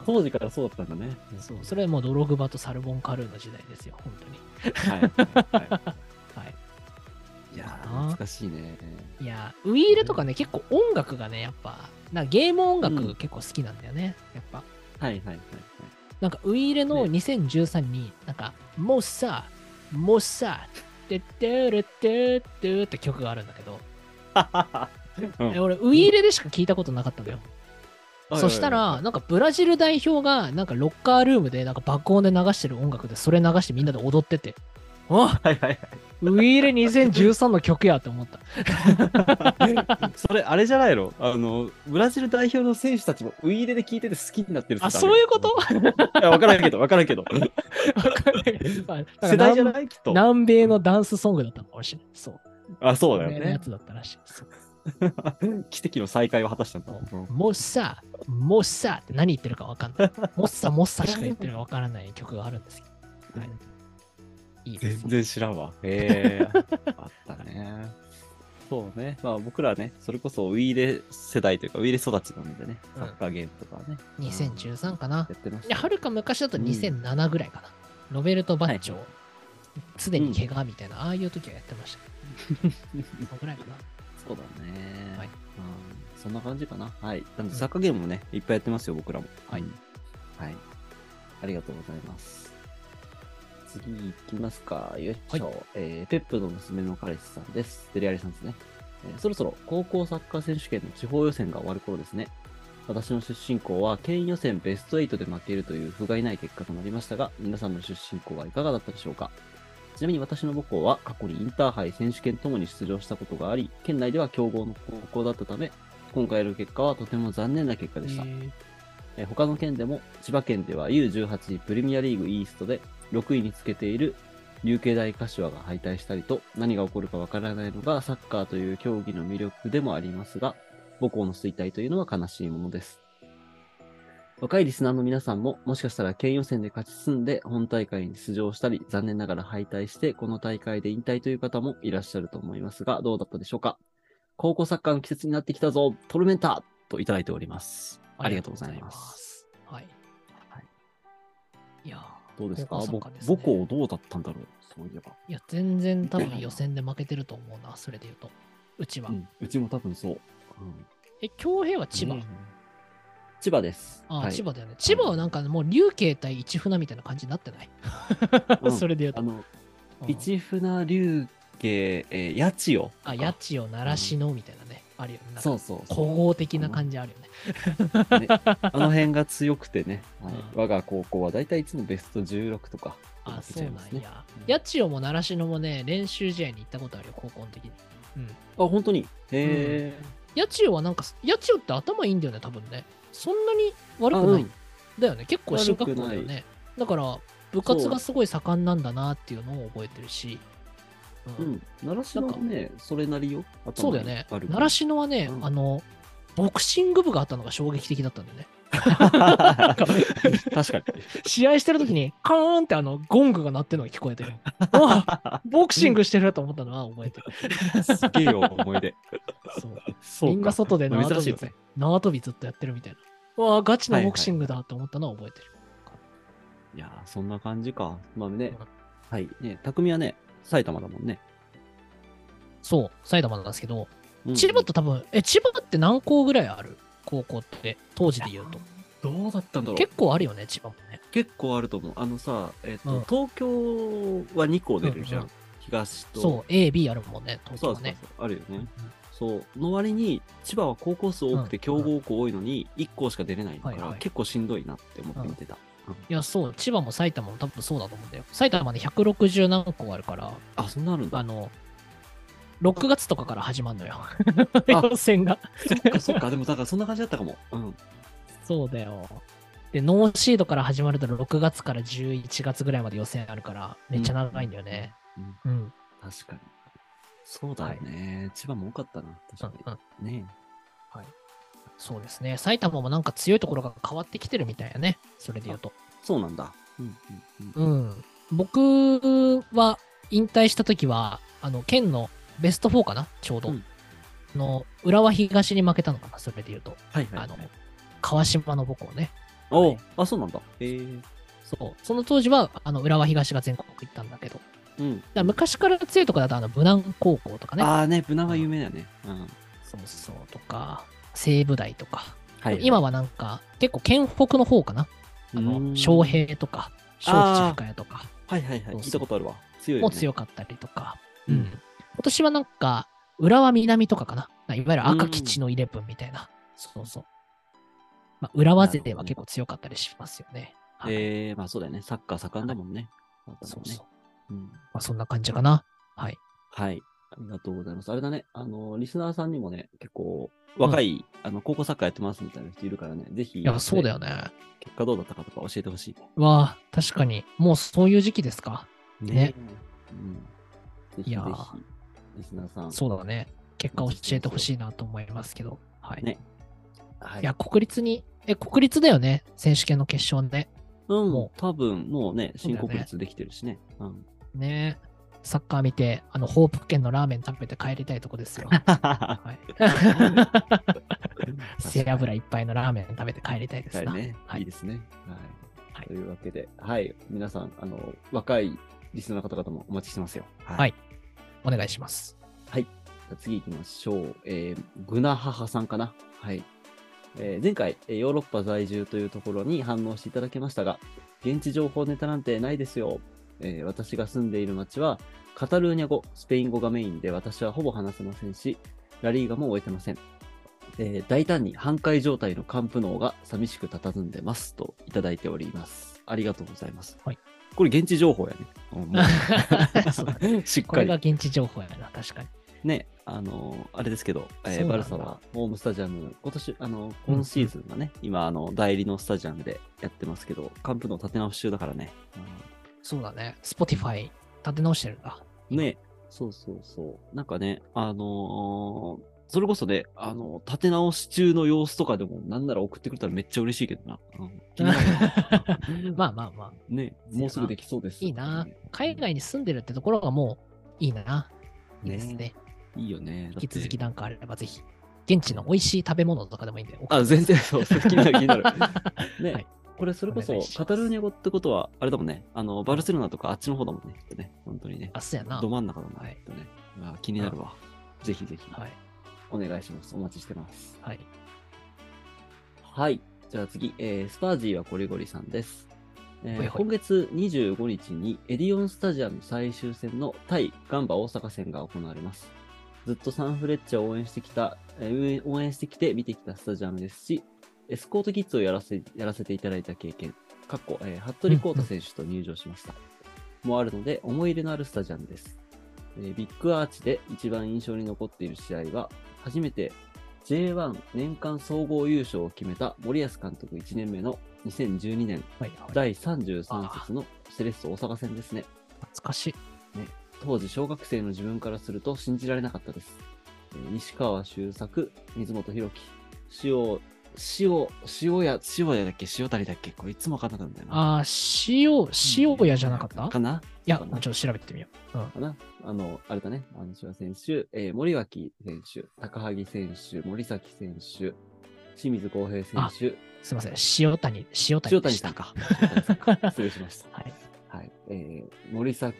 S2: 当時からそうだったんだね。
S1: そう、それはもうドログバとサルボンカルーの時代ですよ、本当に。
S2: はい。は
S1: はい。
S2: い、いや
S1: かな
S2: ー、懐かしいね。
S1: いや、ウィーレとかね、結構音楽がね、やっぱ、なんかゲーム音
S2: う
S1: 楽
S2: ん
S1: 結構好きなんだよね、やっぱ。
S2: はいはいはい。
S1: なんかウィーレの
S2: ね
S1: 2013に、なんか、モッサー、モッサー、てってれってってって曲があるんだけど、
S2: うん
S1: え俺、ウィーレでしか聞いたことなかったのよ。そしたら、なんかブラジル代表が、なんかロッカールームで、なんか爆音で流してる音楽で、それ流してみんなで踊ってて、お
S2: はいはいはい。
S1: ウィーレ2013の曲やって思 った。
S2: それ、あれじゃないのあの、ブラジル代表の選手たちもウイイレで聞いてて好きになってる
S1: あ、そういうこと
S2: といや、わからんけど、わからんけど。
S1: わかんないまあだから
S2: 世代じゃないきっと。
S1: 南米のダンスソングだったのかもしれない。そう。
S2: あ、そうだよ
S1: 有名なや
S2: ね。
S1: つだったらしい。そう
S2: 奇跡の再会を果たしたんだ。
S1: モッサー、モッサーって何言ってるか分かんない。モッサ、モッサしか言ってるか分からない曲があるんですけど。はい、いいです
S2: 全。然知らんわ。へえ。あったね。そうね。まあ僕らね、それこそウイイレ世代というか、ウイイレ育ちなんでね、
S1: うん
S2: サッカーゲームとかね。
S1: 2013かな
S2: や。ってまし
S1: いや、
S2: た。
S1: はるか昔だと2007ぐらいかな。ロベルト・バッチョ、すでに怪我みたいな、ああいう時はやってました。そのぐらいか な。
S2: そうだね。
S1: はい
S2: うんそんな感じかな。はい。なんでサッカーゲームもね、いっぱいやってますよ、僕らも。はい。はい。ありがとうございます。次行きますか。よいしょ。
S1: は
S2: えーペップの娘の彼氏さんです。デリアリさんですね、えーそろそろ高校サッカー選手権の地方予選が終わる頃ですね。私の出身校は県予選ベスト8で負けるという不甲斐ない結果となりましたが、皆さんの出身校はいかがだったでしょうかちなみに私の母校は過去にインターハイ選手権ともに出場したことがあり、県内では強豪の高校だったため、今回の結果はとても残念な結果でした
S1: え。ー
S2: えー他の県でも千葉県では U18 プレミアリーグイーストで6位につけている琉球大柏が敗退したりと何が起こるかわからないのがサッカーという競技の魅力でもありますが母校の衰退というのは悲しいものです若いリスナーの皆さんももしかしたら県予選で勝ち進んで本大会に出場したり残念ながら敗退してこの大会で引退という方もいらっしゃると思いますがどうだったでしょうか高校サッカーの季節になってきたぞトルメンターといただいておりますありがとうございます。
S1: はい。
S2: はい
S1: いやー、
S2: どうです
S1: 高
S2: か
S1: 校サッ
S2: ぼ
S1: カーですね
S2: 母校どうだったんだろうそういえば、
S1: いや、全然多分予選で負けてると思うな、それで言うと。うちは。
S2: うんうちも多分そう。
S1: え、京平は千葉。
S2: うん千葉です。
S1: あ、千
S2: 葉。
S1: 葉だよね。千葉はなんかもう竜慶対一船みたいな感じになって ない、
S2: うん
S1: それで言うと
S2: あ。の、
S1: うん
S2: 一船龍家、えー、八千代。
S1: あ、八千代、習志野みたいなね。あるよね。なんか
S2: そうそうそう
S1: 古豪的な感じあるよね。
S2: ねあの辺が強くてね、はい
S1: うん
S2: 我が高校はだいたいいつもベスト16とか。
S1: あ、そうなん
S2: ね。
S1: や
S2: うん。
S1: 八千代も習志野もね、練習試合に行ったことあるよ、高校の時に。うん。
S2: あ、本当に。へえ、
S1: 八千代はなんか、八千代って頭いいんだよね、多分ね。そんなに悪く
S2: あ
S1: な
S2: う
S1: い
S2: ん
S1: だよね結構進学校だよ
S2: 悪くな
S1: ねだから部活がすごい盛んなんだなっていうのを覚えてるしう
S2: うんん。習志野はね、それなりよ。頭
S1: そうだよね
S2: ある
S1: 習志野はね、
S2: うん
S1: あのボクシング部があったのが衝撃的だったんだよね
S2: 確かに。
S1: 試合してる時にカーンってあのゴングが鳴ってるのが聞こえてるあボクシングしてると思ったのは覚えてる
S2: すげえよ、思い出。
S1: そう
S2: そうか
S1: みんな外で縄跳
S2: 珍し
S1: び
S2: いよね。
S1: 縄跳びずっとやってるみたいなうわあガチのボクシングだと思ったのは覚えてる、
S2: いやー、そんな感じか。まあね
S1: うん、
S2: はい。ね、匠はね、埼玉だもんね。
S1: そう埼玉なんですけど
S2: うん
S1: 千葉って多分え千葉って何校ぐらいある高校って当時で言うと
S2: どうだったんだろう
S1: 結構あるよね、千葉もね。
S2: 結構あると思う。あのさ、えっ
S1: うん
S2: と、東京は2校出るじゃ
S1: うん
S2: ん。東と。
S1: そう、A、B あるもんね、東
S2: そ
S1: 京は
S2: うそうそう
S1: ね。。
S2: あるよ
S1: うん
S2: ね。そう。の割に、千葉は高校数多く
S1: う
S2: て
S1: ん
S2: 強豪校多いのに、1校しか出れないか
S1: はい
S2: ら
S1: は、い
S2: 結構しんどいなって思って見てた。
S1: いや、そう、千葉も埼玉も多分そうだと思うんだよ。埼玉ね、160何個あるから、
S2: あ、そんなあるん
S1: あ
S2: だ。
S1: の、6月とかから始まるのよ。
S2: あ
S1: 予選が。
S2: そっか、そっか。でも、だからそんな感じだったかも。うん。
S1: そうだよ。で、ノーシードから始まると6月から11月ぐらいまで予選あるから、めっちゃ長いんだよね。
S2: うん
S1: うん。
S2: 確かに。そうだよね、千葉も多かったな。
S1: うん
S2: 確
S1: う
S2: か
S1: ん、
S2: に。ね
S1: そうですね。埼玉もなんか強いところが変わってきてるみたいやね。それで言うと。
S2: えそうなんだ。うんうんうん。
S1: うん。僕は引退した時は、あの、県のベスト4かなちょうど。
S2: うん
S1: の、浦和東に負けたのかなそれで言うと。
S2: はいはい、はい。
S1: あの、川島の母校ね。
S2: おうあ、そうなんだ。えー、
S1: そう。その当時は、あの、浦和東が全国行ったんだけど。だか
S2: うん。
S1: ら昔から強いとこだと、あの、武南高校とかね。
S2: ああね、ブナは有名だよね。うん。
S1: そうそう。とか、西武大とか。
S2: は
S1: 今はなんか、結構県北の方かなあ
S2: うー
S1: の、
S2: ん
S1: 昌平とか、小中
S2: あー
S1: 華屋とか。
S2: はいはいはい。
S1: そうそう
S2: 聞いたことあるわ。強いよ
S1: も
S2: ね。
S1: 強かったりとか、
S2: う
S1: うんん今年はなんか、浦和南とかかな、いわゆる赤吉のイレブンみたいな、そうそう。まあ、浦和勢は結構強かったりしますよね。はい
S2: えー、まあそうだよね。サッカー盛んだもんね。
S1: そう
S2: ね
S1: そう。
S2: うん。
S1: まあ、そんな感じかな。はい。
S2: はい。ありがとうございます。あれだね、あの、リスナーさんにもね、結構、若い、あの、高校サッカーやってますみたいな人いるからね、ぜひ、
S1: いや、そうだよ
S2: ね。
S1: ね。
S2: 結果どうだったかとか教えてほしい
S1: わあ、確かに、もうそういう時期ですか。
S2: ね。
S1: ね
S2: うん。ぜひ
S1: い
S2: ぜ
S1: やー
S2: ひ、リスナーさん。
S1: そうだね。結果教えてほしいなと思いますけど。はい。
S2: ねはい
S1: いや、国立に、え、国立だよね。選手権の決勝ね。
S2: うん、
S1: も
S2: 多分、もうね、
S1: そう
S2: 新
S1: だよね
S2: 国立できてるしね。うん。
S1: ねサッカー見て、あの、ホープ県のラーメン食べて帰りたいとこです よ。はい。背脂いっぱいのラーメン食べて帰りたいです
S2: はい
S1: な。
S2: ね。、
S1: はい
S2: い
S1: い
S2: ですね。はい。
S1: はい
S2: というわけで、はい。皆さん、あの、若いリスナーの方々もお待ちしてますよ。はい
S1: はいお願いします。
S2: じゃあ次行きましょう。えーグナハハさんかな。はい。えー前回、えーヨーロッパ在住というところに反応していただきましたが、現地情報ネタなんてないですよ。えー私が住んでいる町は、カタルーニャ語、スペイン語がメインで私はほぼ話せませんし、ラリーガも終えてません。えー大胆に半壊状態の幹部脳が寂しく佇んでますといただいております。ありがとうございます。
S1: はい
S2: これ現地情報やね。うんも
S1: そうだ
S2: うしっ
S1: こ
S2: か
S1: れ
S2: り
S1: が。現地情報やな、確かに。
S2: ね、あのーあれですけど、えー
S1: そうなんだ
S2: バルサはホームスタジアム、今年、あのー今シーズンがね、今、あの、代理のスタジアムでやってますけど、カンプの立て直し中だからね。
S1: そうだね。Spotify 立て直してるんだ。
S2: ね、そうそうそう。なんかね、あのーそれこそね、あのー立て直し中の様子とかでも、なんなら送ってくれたらめっちゃ嬉しいけどな。うん気にな るな
S1: まあまあまあ、
S2: ね、もうすぐできそうです。
S1: いいな。海外に住んでるってところがもういいな。いいですね。
S2: いいよね。だって
S1: 引き続きなんかあればぜひ。現地の美味しい食べ物とかでもいいんだよ。
S2: あ、全然そう、そう気になる気 になる。ね、
S1: はい
S2: これそれこそ
S1: お願いします
S2: カタルーニャ語ってことは、あれだもんね、あの、バルセロナとかあっちの方だもんね、きっとね、本当にね
S1: あ、、そうやな。
S2: ど真ん中だもん
S1: はい
S2: ね、きっとね。あ気になるわ。ぜひぜひ、
S1: はい。
S2: お願いします。お待ちしてます。
S1: はい。
S2: はい。じゃあ次、えースパージーはゴリゴリさんです。えー
S1: ほいほい
S2: 今月25日にエディオンスタジアム最終戦の対ガンバ大阪戦が行われます。ずっとサンフレッチェを応援してきた、えー応援してきて見てきたスタジアムですし、エスコートキッズをやらせやらせていただいた経験、かっこ、えー、服部コート選手と入場しました。もあるので、思い入れのあるスタジアムです。えービッグアーチで一番印象に残っている試合は、初めて J1 年間総合優勝を決めた森保監督1年目の2012年
S1: はい、はい。
S2: 第33節のセレッソ大阪戦ですね。
S1: 懐かしい。
S2: 当時小学生の自分からすると信じられなかったです。えー西川周作、水本弘樹、塩、塩、塩屋、塩屋だっけ塩谷だっけこれいつも分かんなかったんだよな。
S1: ああ、塩、塩屋じゃなかった
S2: かない
S1: や、ち
S2: そう
S1: ょ
S2: か
S1: っ
S2: な
S1: と調べてみよう。うん。
S2: かなあの、あれだね。あの、千葉選手、えー森脇選手、高萩選手、森崎選手、清水航平選手、
S1: すいません。塩谷、塩谷
S2: 塩
S1: で
S2: 谷
S1: し
S2: さ
S1: た
S2: ん。か。塩谷さんか失礼しました。
S1: はい。
S2: はい。えー、森崎、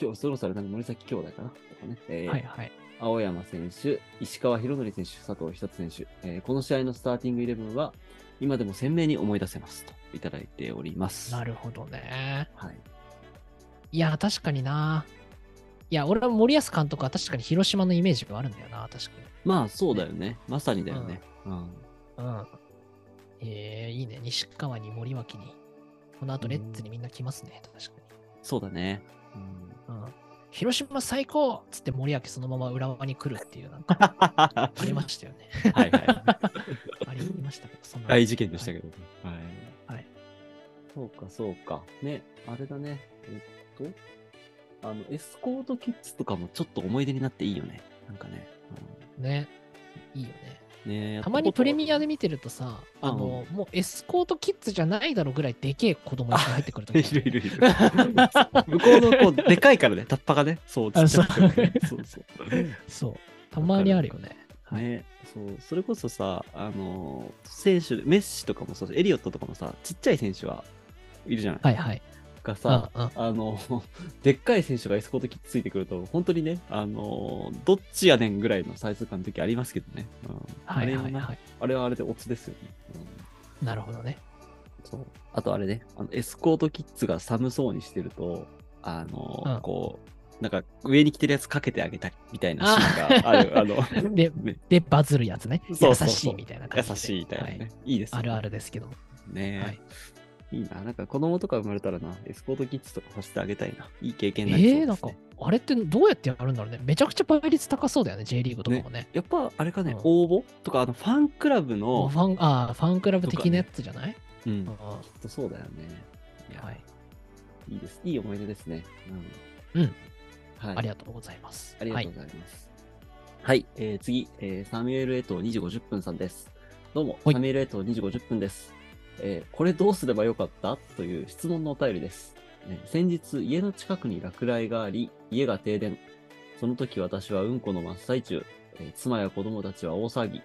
S2: 今日、そろそろなんか森崎兄弟かなとかね。えー
S1: はいはい。
S2: 青山選手、石川博則選手、佐藤久志選手、えーこの試合のスターティングイレブンは、今でも鮮明に思い出せますといただいております。
S1: なるほどね。
S2: はい。
S1: いや、確かにな。いや、俺は森保監督は確かに広島のイメージはあるんだよな、確か
S2: まあ、そうだよね。まさにだよね。うん。
S1: に。うん。ええいいね。西川に森脇に。この後、レッツにみんな来ますね、確か
S2: そうだね。うん、
S1: に。うん。広島最高っつって森脇そのまま浦和に来るっていう、なんか
S2: は
S1: あり ましたよね。
S2: いはい。
S1: ありましたけど、そんな。
S2: 大事件でしたけど。はい。
S1: はい。
S2: そうか、そうか。ね、あれだね。えっと、あの、エスコートキッズとかもちょっと思い出になっていいよね。なんかね。
S1: ね。いいよね。
S2: うん、ね
S1: たまにプレミアで
S2: 見
S1: 見てるとさ、
S2: うん
S1: あの、もうエスコートキッズじゃないだろうぐらいでけえ子供が入ってくると
S2: いるいるいる。向こうのこう、でかいからね、タッパがね。そう、ちっちゃくて、ね。そうそう。
S1: そう。たまにあるよね。
S2: ね、そう、それこそさ、あのー選手、メッシとかもそうだしエリオットとかもさ、ちっちゃい選手はいるじゃない、
S1: はいはい。
S2: がさ、
S1: うんうん
S2: あの、 でっかい選手がエスコートキッズついてくると、本当にね、あのーどっちやねんぐらいのサイズ感の時ありますけどね。うん、
S1: はい
S2: あ
S1: は
S2: れ
S1: い
S2: も
S1: は。
S2: ないあれはあれでオツですよね。うん
S1: なるほどね。
S2: そうあとあれね、あのエスコートキッズが寒そうにしてると、あのー
S1: うん
S2: こう、なんか上に着てるやつかけてあげたりみたいなシーンがある。あ の、
S1: で、
S2: ね
S1: で、バズるやつね。
S2: そうそう
S1: 優
S2: そう
S1: しいみたいな感じで。
S2: 優しいみたいなね。、
S1: はい
S2: いですよ
S1: あ
S2: ね
S1: るあるですけど。
S2: ねえ、
S1: はい
S2: い、いな。なんか子供とか生まれたらな、エスコートキッズとかさせてあげたいな。いい経験になりそう
S1: え
S2: で
S1: え
S2: す、ね。
S1: なんか、あれってどうやってやるんだろうね。めちゃくちゃ倍率高そうだよね、J リーグとかもね。
S2: やっぱあれかね、
S1: うん
S2: 応募とか、あの、ファンクラブ
S1: もう
S2: の
S1: フ、ァン、ああ、ファンクラブ
S2: と
S1: 的
S2: か
S1: な
S2: ね
S1: やつじゃない、
S2: うん、
S1: うん、
S2: きっ
S1: は
S2: とそうだよね。いや、い、
S1: い。
S2: いです。いい思い出ですね。
S1: う
S2: うんん。はい。
S1: ありがとうございます。
S2: ありがとう
S1: はい
S2: ございます。はい、えー次、えーサミュエル・エトー2時50分さんです。どうも、
S1: はい
S2: サミュエル・エトー2時50分です。えーこれどうすればよかったという質問のお便りです。ね先日、家の近くに落雷があり、家が停電。その時私はうんこの真っ最中。えー妻や子供たちは大騒ぎ。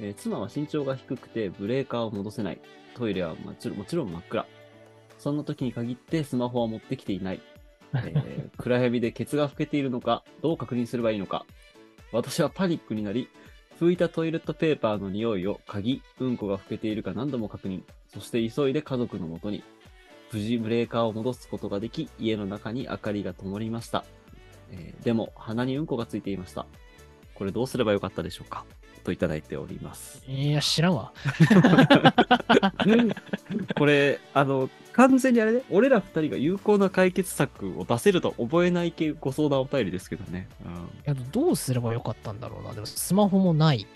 S2: えー妻は身長が低くてブレーカーを戻せない。トイレはもちろんもちろん真っ暗。そんな時に限ってスマホは持ってきていない。えー暗闇でケツが拭けているのか、どう確認すればいいのか。私はパニックになり、拭いたトイレットペーパーの匂いを鍵、うんこが拭けているか何度も確認。そして急いで家族のもとに。無事ブレーカーを戻すことができ、家の中に明かりが灯りました。えーでも、鼻にうんこがついていました。これどうすればよかったでしょうかといただいております。
S1: いや、知らんわ。
S2: これ、あの、完全にあれね、俺ら二人が有効な解決策を出せると覚えない系ご相談お便りですけどね。
S1: いやどうすればよかったんだろうな。でも、スマホもない。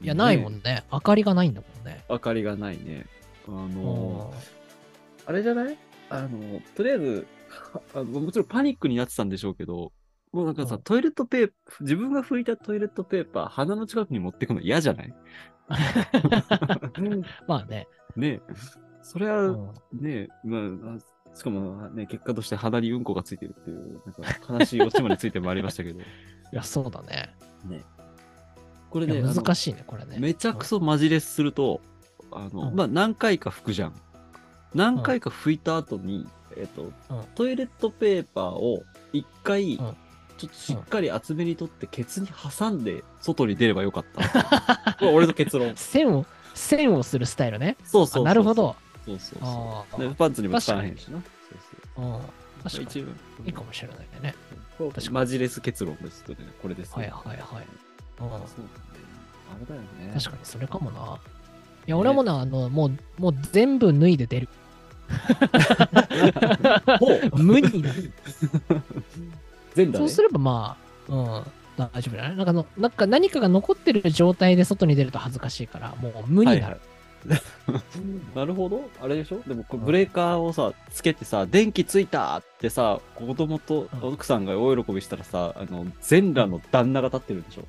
S2: うん、
S1: いや、ないも
S2: ね
S1: んね。明かりがないんだもんね。
S2: 明かりがないね。あの、
S1: うん
S2: あれじゃないあの、とりあえず、はあのもちろんパニックになってたんでしょうけど、もうなんかさ、
S1: うん
S2: トイレットペーパー、自分が拭いたトイレットペーパー、鼻の近くに持ってくの嫌じゃない
S1: まあね。
S2: ねえ。それ
S1: う
S2: は
S1: ん
S2: ねえ、まああ、しかもね、結果として鼻にうんこがついてるっていう、なんか悲しいオチまでついてまいりましたけど。
S1: いや、そうだね。
S2: ね。 これ
S1: い
S2: ね、
S1: や
S2: あの
S1: 難しいね、これね。
S2: めちゃくそマジレスすると、あの、
S1: うん
S2: まあ、何回か拭くじゃん。何回か拭いた後に、えっと、トイレットペーパーを一回、
S1: ん
S2: ちょっとしっかり厚めに取って、ケツに挟んで、外に出ればよか った。これ俺の結論。
S1: 線を、線をするスタイルね。
S2: そうそう
S1: あなるほど。
S2: そうそうそ
S1: あ
S2: う。ね
S1: ー
S2: パンツにもつかへんしな。
S1: うん
S2: そうそう
S1: 確かに。
S2: 一部
S1: いいかもしれないね。
S2: これ
S1: 確かに
S2: マジレス結論ですとね、これです、
S1: は
S2: ね。
S1: いはいはい。
S2: あ
S1: う
S2: そうだねあれだよね
S1: ん、。確かに、それかもな。いや、俺はもうな、あの、もう、もう全部脱いで出る。 無になる。
S2: 全
S1: そうすればまあ、うん。大丈夫じゃないなんかのなんか何かが残ってる状態で外に出ると恥ずかしいから、もう無になる。
S2: なるほど。あれでしょでも、これブレーカーをさ、つけてさ、電気ついたってさ、子供と
S1: うん
S2: 奥さんが大喜びしたらさ、あの、全裸の旦那が立ってるんで しょ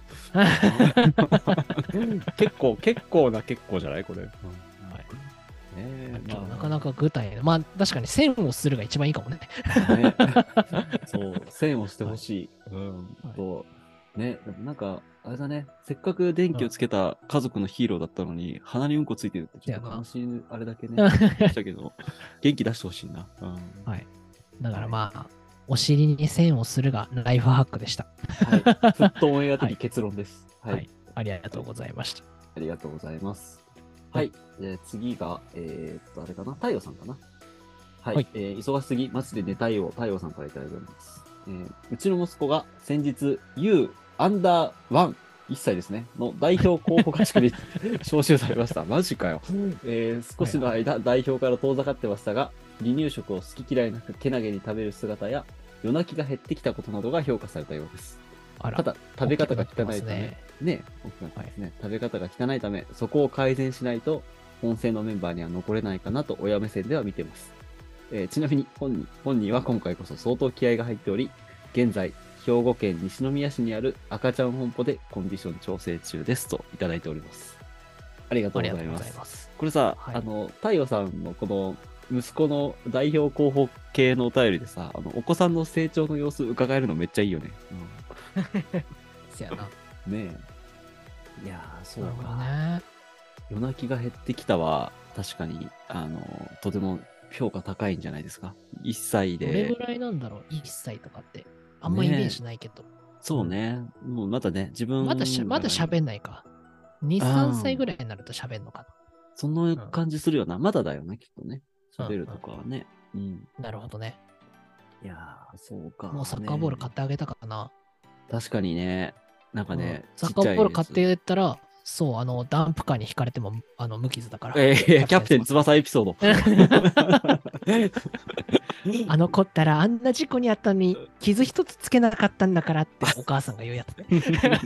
S2: 結構、結構な結構じゃないこれ。はい。ねえ、
S1: なかなか具体で。まあ、確かに線をするが一番いいかもね。
S2: か ね。そう、線をしてほしい。うん。
S1: はい
S2: と、ね、でもなんか、あれだね、せっかく電気をつけた家族のヒーローだったのに、鼻にうんこついてるって、ちょっと悲しい、あれだけ ね。したけど、元気出してほしいな。うん
S1: はいだからまあ、お尻に線をするがライフハックでした。
S2: はい。フットオンエア的結論です。
S1: は
S2: はいい。
S1: ありがとうございました。
S2: ありがとうございます。
S1: は
S2: はいい。えー次が、えーっと、あれかな太陽さんかなはい。
S1: はい
S2: えー忙しすぎ、マジで寝たいよ。太陽さんからいただいております。えーうちの息子が先日、U アンダー1、1歳ですね、の代表候補合宿に招集されました。マジかよ。えー少しの間、代表から遠ざかってましたが、離乳食を好き嫌いなくけなげに食べる姿や、夜泣きが減ってきたことなどが評価されたようです。
S1: あら
S2: ただ、食べ方が汚いため、
S1: ね。
S2: ね、大きくなってますね、食べ方が汚いため、そこを改善しないと、本戦のメンバーには残れないかなと親目線では見てます。えーちなみに本人本人は今回こそ相当気合が入っており、現在、兵庫県西宮市にある赤ちゃん本舗でコンディション調整中ですといただいております。ありがと
S1: あ
S2: う
S1: り
S2: ご
S1: が
S2: ざ
S1: と
S2: い
S1: ご
S2: うま
S1: ざい
S2: す。
S1: ます。
S2: これさ、
S1: はい
S2: あの、太陽さんのこの息子の代表候補系のお便りでさ、あのお子さんの成長の様子伺えるのめっちゃいいよね。
S1: せやな。
S2: うん、ねえ。いやー、そう
S1: なるほど
S2: か。
S1: ね。
S2: 夜泣きが減ってきたは、確かに、あの、とても評価高いんじゃないですか。1歳
S1: どれぐ。
S2: で
S1: らいなんだろう ?1 歳とかって。あんまイメージないけど。
S2: そうね。もうまだね、自分
S1: まだしゃ、まだ喋んないか。2、
S2: あー
S1: 3歳ぐらいになると喋んのか
S2: そんな感じするよな。まだだよね、きっとね。喋るとかはね。うん。
S1: な。なるほどね。
S2: いやー、そうか。
S1: もうサッカーボール買
S2: ね
S1: ってあげたかな。
S2: 確かにね。なんかね
S1: うん、サ
S2: ち
S1: ッ
S2: っ
S1: カ
S2: ちゃ
S1: ー
S2: い
S1: ボール買って
S2: や
S1: やったら、そう、あの、ダンプカーに引かれても、あの、無傷だから。
S2: つ。えー、キャプテン翼エピソード。
S1: あの子ったらあんな事故にあったのに傷一つつけなかったんだからってお母さんが言うやつね。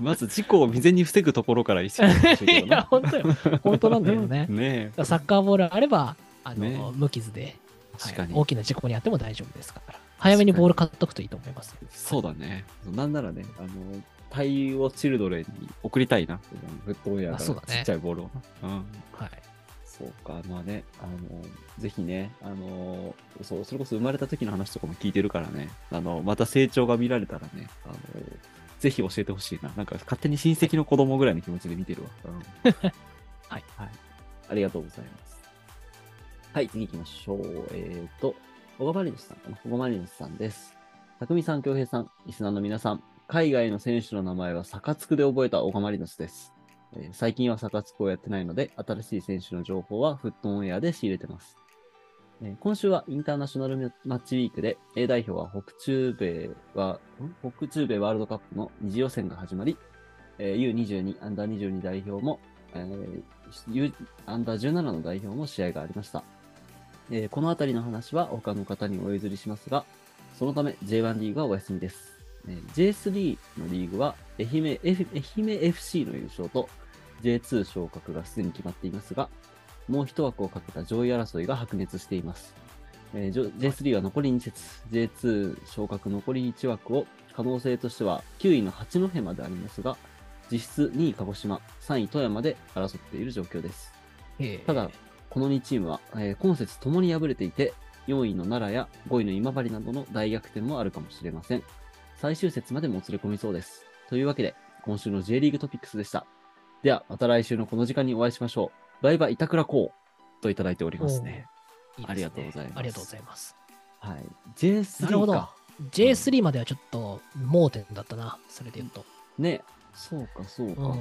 S2: まず事故を未然に防ぐところから一緒にしてほしいけど
S1: い
S2: な
S1: や、本当よ。本当なんだよね。
S2: ねえ。
S1: サッカーボールあれば、あの、
S2: ね
S1: 無傷で、はい
S2: 確かに。
S1: 大きな事故にあっても大丈夫ですから。早めにボール買っとくといいと思います。
S2: そうだね。なんならね、あの、太陽チルドレンに送りたいな。フットウェア
S1: あ
S2: か
S1: そう
S2: ら
S1: だ
S2: ち
S1: ね
S2: っちゃいボールをな。うん。
S1: はい。
S2: そうか、まあね、あの、ぜひね、あの、そう、それこそ生まれた時の話とかも聞いてるからね、あの、また成長が見られたらね、あの、ぜひ教えてほしいな。なんか勝手に親戚の子供ぐらいの気持ちで見てるわ。うん
S1: はい。
S2: はい。ありがとうございます。はい、次行きましょう。えっ、と、小川マリノスさんかな小川マリノスさんです。匠さん、京平さん、リスナーの皆さん、海外の選手の名前はサカツクで覚えた小川マリノスです。えー最近はサカツクをやってないので、新しい選手の情報はフットオンエアで仕入れてます。えー今週はインターナショナルマッチウィークで、A 代表は北中米は、ん北中米ワールドカップの二次予選が始まり、えー U22、アンダー22代表も、えー U、アンダー17の代表も試合がありました。えーこのあたりの話は他の方にお譲りしますが、そのため J1 リーグはお休みです。えー J3 のリーグは愛媛 F- 愛媛 FC の優勝と J2 昇格がすでに決まっていますが、もう一枠をかけた上位争いが白熱しています。えーじょ J3 は残り2節、J2 昇格残り1枠を可能性としては9位の八戸までありますが、実質2位鹿児島、3位富山で争っている状況です。
S1: ええ
S2: ただ、この2チームは、えー今節ともに敗れていて、4位の奈良や5位の今治などの大逆転もあるかもしれません。最終節までもつれ込みそうです。というわけで、今週の J リーグトピックスでした。では、また来週のこの時間にお会いしましょう。バイバイ板倉こうといただいておりますね。
S1: いいですね
S2: ありがとうございます
S1: ありがとうございます。
S2: はい。
S1: なる
S2: J3
S1: ほど
S2: か。。
S1: J3 まではちょっと盲点だったな、それで言うと。
S2: ね。そうか、そうか。
S1: うん。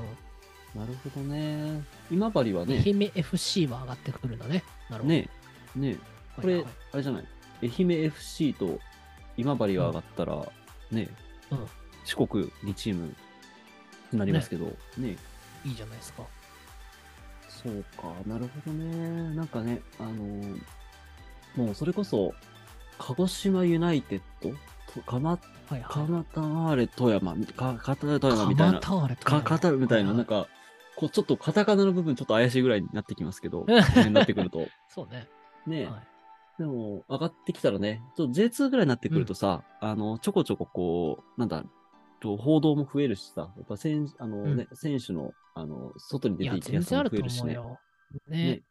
S2: なるほどね。今治はね、
S1: 愛媛 FC は上がってくるんだね。なるほど。
S2: ね、ね、こ
S1: は
S2: れ
S1: いはい、
S2: あれじゃない愛媛 FC と今治が上がったら、ね、
S1: うん
S2: 四国2チームになりますけど、ね
S1: いいじゃないですか。
S2: そうか、なるほどね。なんかね、あのーもうそれこそ、鹿児島ユナイテッドと、かま、
S1: はいはい。
S2: かまたあれ富山、か、かた富山みたい
S1: カマ
S2: な、
S1: タワレと
S2: か、かたみたいな、
S1: は
S2: な
S1: は
S2: んか、こうちょっとカタカナの部分ちょっと怪しいぐらいになってきます けど、この辺になってくると。
S1: そうね。
S2: ね、
S1: はい
S2: でも、上がってきたらね、ちょっと J2 ぐらいになってくるとさ、あの、ちょこちょここう、なんだ、と報道も増えるしさ、やっぱ選あの、ね選手の、あの、外に
S1: い
S2: 出
S1: や
S2: て、いく
S1: 全
S2: やつも
S1: 然ある
S2: 増え
S1: と
S2: るし
S1: 思う
S2: ね。
S1: よ。
S2: ね
S1: ね。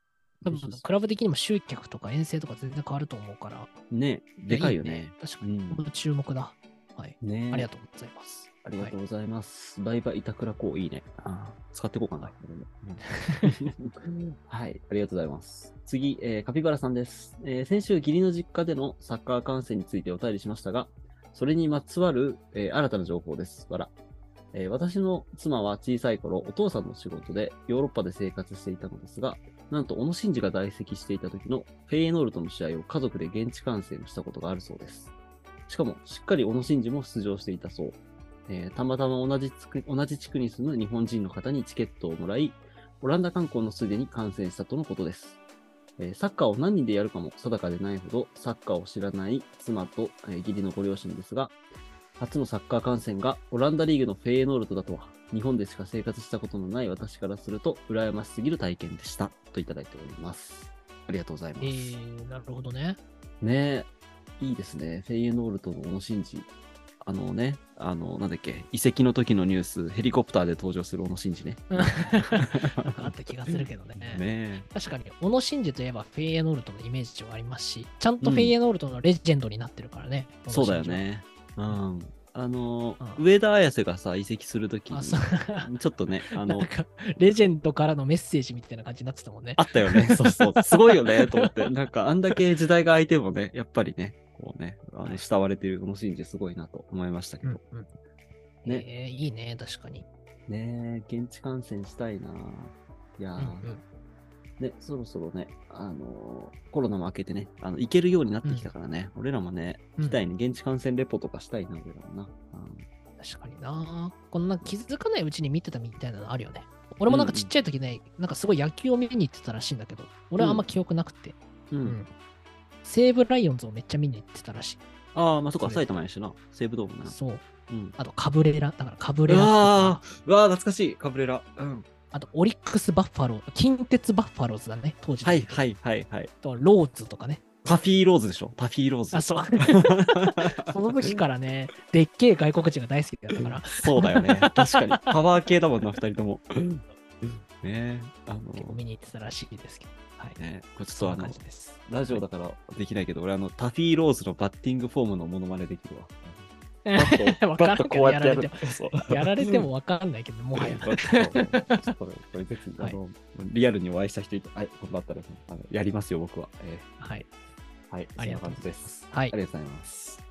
S1: 多分、クラブ的にも集客とか遠征とか全然変わると思うから。
S2: ね、でかいよね。
S1: や確か
S2: う
S1: に。
S2: ん
S1: こ。の注目だ。はい。
S2: ね
S1: ありがとうございます。
S2: ありがとう
S1: は
S2: ございます。バイバイ板倉こういいね。あー使っていこうかな。 はい、ありがとうございます。次、えーカピバラさんです、えー先週、義理の実家でのサッカー観戦についてお便りしましたが、それにまつわる、えー新たな情報です。わら。えー私の妻は小さい頃、お父さんの仕事でヨーロッパで生活していたのですが、なんと小野伸二が在籍していた時のフェイエノールとの試合を家族で現地観戦したことがあるそうです。しかも、しっかり小野伸二も出場していたそう。えーたまたま同じ地区同じ地区に住む日本人の方にチケットをもらい、オランダ観光のついでに観戦したとのことです。えーサッカーを何人でやるかも定かでないほど、サッカーを知らない妻と、えー義理のご両親ですが、初のサッカー観戦がオランダリーグのフェイエノールトだとは、日本でしか生活したことのない私からすると、羨ましすぎる体験でした。といただいております。ありがとうございます。
S1: えー、なるほど ね。
S2: ねえ、いいですね。フェイエノールと小野伸二。あのね、あの、なんだっけ、遺跡の時のニュース、ヘリコプターで登場する小野伸二ね。
S1: なんかあった気がするけどね。
S2: ね
S1: 確かに、小野真二といえばフェイエノールトのイメージはありますし、ちゃんとフェイエノールトのレジェンドになってるからね。
S2: え、そうだよ
S1: 小野伸
S2: ね。うん。あの、
S1: うん
S2: 上田綾瀬がさ、移籍するとき
S1: 二は。
S2: に、
S1: あ、
S2: ち
S1: そ
S2: ょ
S1: う。
S2: っとね、あ
S1: な
S2: の
S1: ん、か、レジェンドからのメッセージみたいな感じになってたもんね。
S2: あったよ ね。そうそう。すごいよね、と思って。なんか、あんだけ時代が空いてもね、やっぱりね、こうね、あの慕われてる小野伸二すごいなと思いましたけ
S1: う
S2: ど
S1: ん。うん。
S2: ね
S1: えーいいね、確かに。
S2: ねえ、現地観戦したいな。いや
S1: うん
S2: ー
S1: うん
S2: ね、そろそろね、あのーコロナも明けてね、あの行けるようになってきたからね、俺らもね、
S1: うん
S2: 行きたいね、現地観戦レポとかしたいな、俺らもな。うん
S1: 確かにな。こんな気づかないうちに見てたみたいなのあるよね。俺もなんかちっちゃい時ね、なんかすごい野球を見に行ってたらしいんだけど、俺はあんま記憶なくて、
S2: うん。
S1: うん西武ライオンズをめっちゃ見に行ってたらしい。
S2: ああ、まあそっか、
S1: それ
S2: 埼玉やしな、西武ドームな。
S1: そう。
S2: うん。
S1: あとカブレラ、だからカブ
S2: う
S1: レラと
S2: わ
S1: か、
S2: ー、うわー、懐かしい、カブレラ。うん。
S1: あとオリックスバッファロー、近鉄バッファローズだね、当時。
S2: はいはいはいはい。
S1: あとローズとかね。
S2: パフィーローズでしょパフィーローズ。
S1: あ、そう。その時からね、でっけえ外国人が大好きだったから、
S2: そうだよね。確かに。パワー系だもんな、二人とも。ねえ、あの
S1: 結構
S2: ー、
S1: 見に行ってたらしいですけど。はい。
S2: ね、これちょっ
S1: そ
S2: と
S1: ん
S2: あ
S1: な
S2: の
S1: 感、じです。
S2: ラジオだからできないけど、俺あの、タフィーローズのバッティングフォームのモノマネでき るわ。バッ
S1: わ
S2: ト
S1: からん
S2: バットこうやってやる
S1: やられ。
S2: そう
S1: やられてもわかんないけど、もはや。
S2: バットこうこれぜひ、あの、リアルにお会いした人いた、はい、ことだったら、あのやりますよ、僕は。え
S1: はい。
S2: ーはい、
S1: ありがとう
S2: そんな感じです。
S1: は
S2: あ
S1: い
S2: り。がとうございます。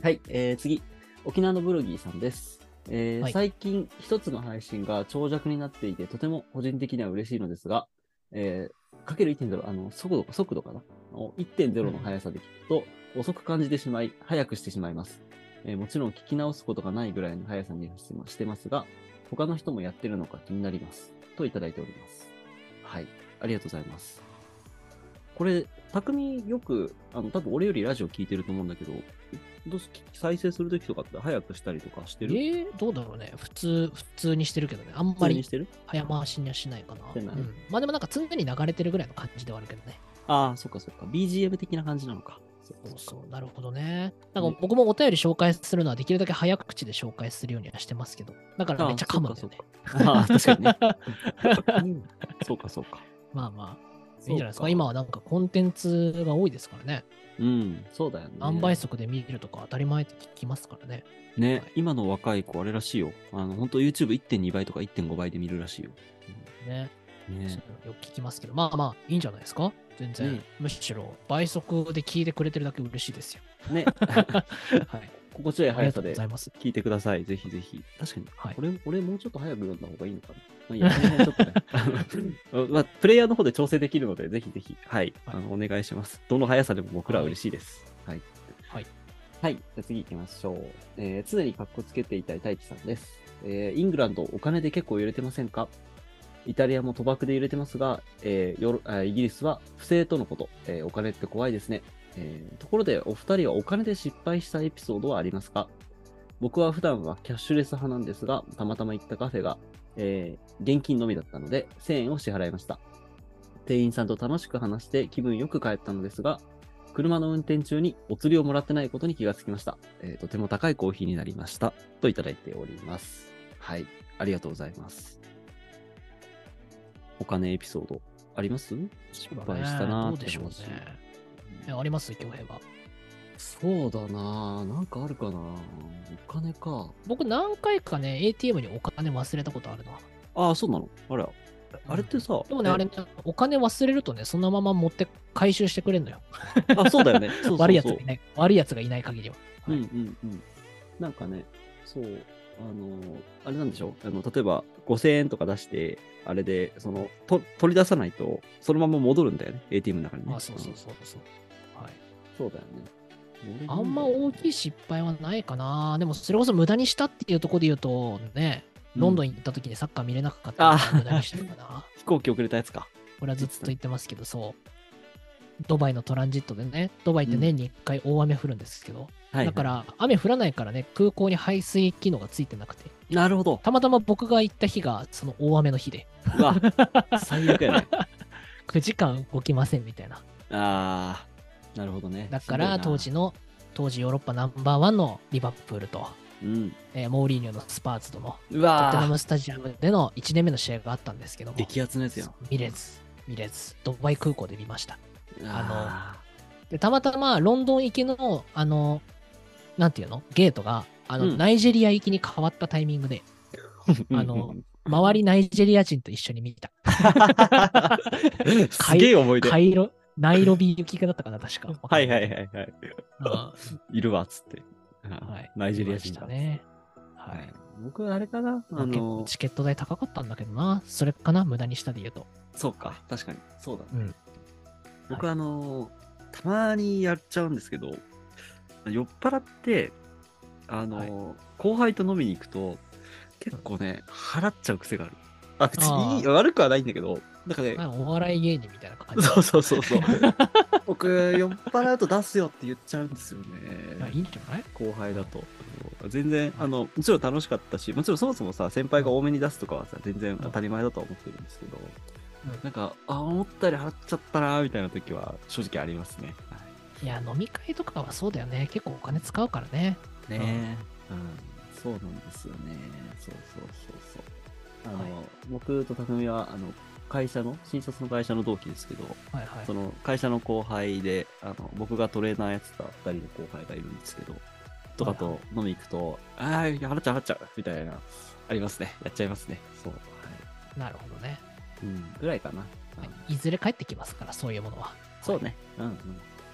S2: はい、えー、次。沖縄のブロギーさんです。えー
S1: はい
S2: 最近、一つの配信が長尺になっていて、とても個人的には嬉しいのですが、えー、かける1.0、あの、速度、速度かなを ?1.0 の速さで聞くと、遅く感じてしまい、速くしてしまいます。えーもちろん聞き直すことがないぐらいの速さにしてましてますが、他の人もやってるのか気になります。といただいております。はい。ありがとうございます。これ、匠よく、あの、多分俺よりラジオ聞いてると思うんだけど、どうし再生するときとかって早くしたりとかし
S1: え
S2: てる
S1: ーどうだろうね。普通、普通にしてるけどね。あん
S2: 普
S1: ま
S2: 通に
S1: り
S2: してる
S1: 早回しにはしないかな。
S2: してない
S1: うんまあでもなんか常に流れてるぐらいの感じではあるけどね。
S2: ああ、そっかそっか。BGM 的な感じなのか。そ
S1: そう
S2: っか
S1: そう。なるほどね。なんか僕もお便り紹介するのはできるだけ早口で紹介するようにはしてますけど。だからめっちゃ噛むんだよね。
S2: ああ、確かにね。うんそうかそうか。
S1: まあまあ。いいんじゃないですか。今はなんかコンテンツが多いですからね。
S2: うん、そうだよね。
S1: 何倍速で見るとか当たり前って聞きますからね。
S2: ね、今の若い子、あれらしいよ。あの、本当 YouTube1.2 倍とか1.5倍で見るらしいよ。
S1: ね。
S2: ね。
S1: よく聞きますけど。まあまあ、いいんじゃないですか。全然。
S2: ね
S1: むしろ倍速で聞いてくれてるだけ嬉しい ですよ。
S2: ね。
S1: はい。
S2: 心地よ い
S1: ありがと
S2: 速さ
S1: うご
S2: で
S1: ざいます。
S2: 聞いてください。ぜひぜひ。確かに。
S1: はい
S2: これ、俺もうちょっと早く読んだ方がいいのかな。まあいいや、この辺ちょっ とねあのまあ、プレイヤーの方で調整できるので、ぜひぜひ、はい、
S1: はい
S2: あのお願いします。どの速さでも僕らは嬉しいです。はい。
S1: はい。
S2: はい。じゃあ次行きましょう。えー常に格好つけていたい大地さんです。えーイングランド、お金で結構揺れてませんかイタリアも賭博で揺れてますが、えーヨロあイギリスは不正とのこと、えーお金って怖いですね。えーところで、お二人はお金で失敗したエピソードはありますか僕は普段はキャッシュレス派なんですが、たまたま行ったカフェが、えー現金のみだったので、1000円を支払いました。店員さんと楽しく話して気分よく帰ったのですが、車の運転中にお釣りをもらってないことに気がつきました。えーとても高いコーヒーになりました。といただいております。はい。ありがとうございます。お金エピソードあります失敗したなー
S1: ど
S2: っ
S1: う
S2: て
S1: でしょう
S2: 話
S1: ね。えあります恭平は。
S2: そうだなぁ。なんかあるかなぁ。お金か。
S1: 僕何回かね、ATM にお金忘れたことあるな。
S2: ああ、そうなのあれ、あれってさ。
S1: でもね、
S2: え
S1: あれね、お金忘れるとね、そのまま持って回収してくれるのよ。
S2: あ、そうだよね。そうそうそう
S1: 悪いやつがいない。悪いやつがいない限りは。
S2: うんうんうん。なんかね、そう、あのー、あれなんでしょうあの、例えば5000円とか出して、あれで、その、と取り出さないと、そのまま戻るんだよね。ATM の中にね。
S1: あ、そうそうんそうそう。はい、
S2: そうだよね。
S1: あんま大きい失敗はないかな。でも、それこそ無駄にしたっていうところで言うと、ね、ロンドン
S2: ン。
S1: 行った時にサッカー見れなかったから
S2: あ
S1: 無駄にしたのかな。
S2: 飛行機遅れたやつか。
S1: これはずっと言ってますけど、そう。ドバイのトランジットでね、ドバイって年に1回大雨降るんですけど、
S2: はい。
S1: だか。ら雨降らないからね、空港に排水機能がついてなくて、
S2: なるほど。
S1: たまたま僕が行った日がその大雨の日で、
S2: うわ、最悪やね。
S1: 9時間動きませんみたいな。
S2: ああ、なるほどね。
S1: だから当
S2: し
S1: 時の、当時ヨーロッパナンバーワンのリバプールと、
S2: んどいな。
S1: えーモーリーニョのスパーズとの、
S2: うん。う
S1: トッテナ
S2: わ
S1: ム
S2: あ、
S1: スタジアムでの1年目の試合があったんですけども、
S2: 激アツのやつやん。
S1: 見れず、見れず、ドバイ空港で見ました。
S2: あ
S1: でたまたまロンドン行きの、あの、なんていうのゲートが、あの、
S2: うん
S1: ナイジェリア行きに変わったタイミングで、
S2: の
S1: あの、周りナイジェリア人と一緒に見た。
S2: すげえ思い出。
S1: カ
S2: はい
S1: イロ、ナイロビ行きだったかな、確か。
S2: はいはいはい。
S1: うんはい
S2: るわ、つって。
S1: はい
S2: ナイジェリ
S1: 見
S2: ア
S1: まし
S2: 人だ
S1: た。ね。は
S2: はいい。。僕、あれかな
S1: まあ
S2: あ
S1: 結構
S2: の、
S1: チケット代高かったんだけどな。それかな、無駄にしたで言うと。
S2: そうか、確かに。そうだね。
S1: うん
S2: 僕、あの、たまにやっちゃうんですけど、酔っ払って、あの、
S1: はい
S2: 後輩と飲みに行くと、結構ね、払っちゃう癖がある。あ、別にいい
S1: あ
S2: 悪くはないんだけど、なんかね、
S1: なんかお笑い芸人みたいな感じ。
S2: そうそうそう そう。僕、酔っ払うと出すよって言っちゃうんですよ
S1: まあ
S2: ね。
S1: いいんじゃない
S2: 後輩だと。全然、あの、もちろん楽しかったし、もちろんそもそもさ、先輩が多めに出すとかはさ、全然当たり前だとは思ってるんですけど、
S1: うん
S2: なんか、あ、思ったより払っちゃったな、みたいな時は正直ありますね。
S1: いや、飲み会とかはそうだよね。結構お金使うからね。
S2: ねえ、うん。そうなんですよね。そうそうそうそう。あの、僕と匠は、あの、会社の、新卒の会社の同期ですけど、
S1: はいはい
S2: そ。の会社の後輩で、あの僕がトレーナーやってた2人の後輩がいるんですけど、とかと飲み行くと、ああ、払っちゃう払っちゃうみたいな、ありますね。やっちゃいますね。そう。は
S1: なるほどね。
S2: い。うん。ぐらいかな。
S1: は
S2: うん
S1: いいずれ帰ってきますから、そういうものは。
S2: そうね。うんうん。
S1: うん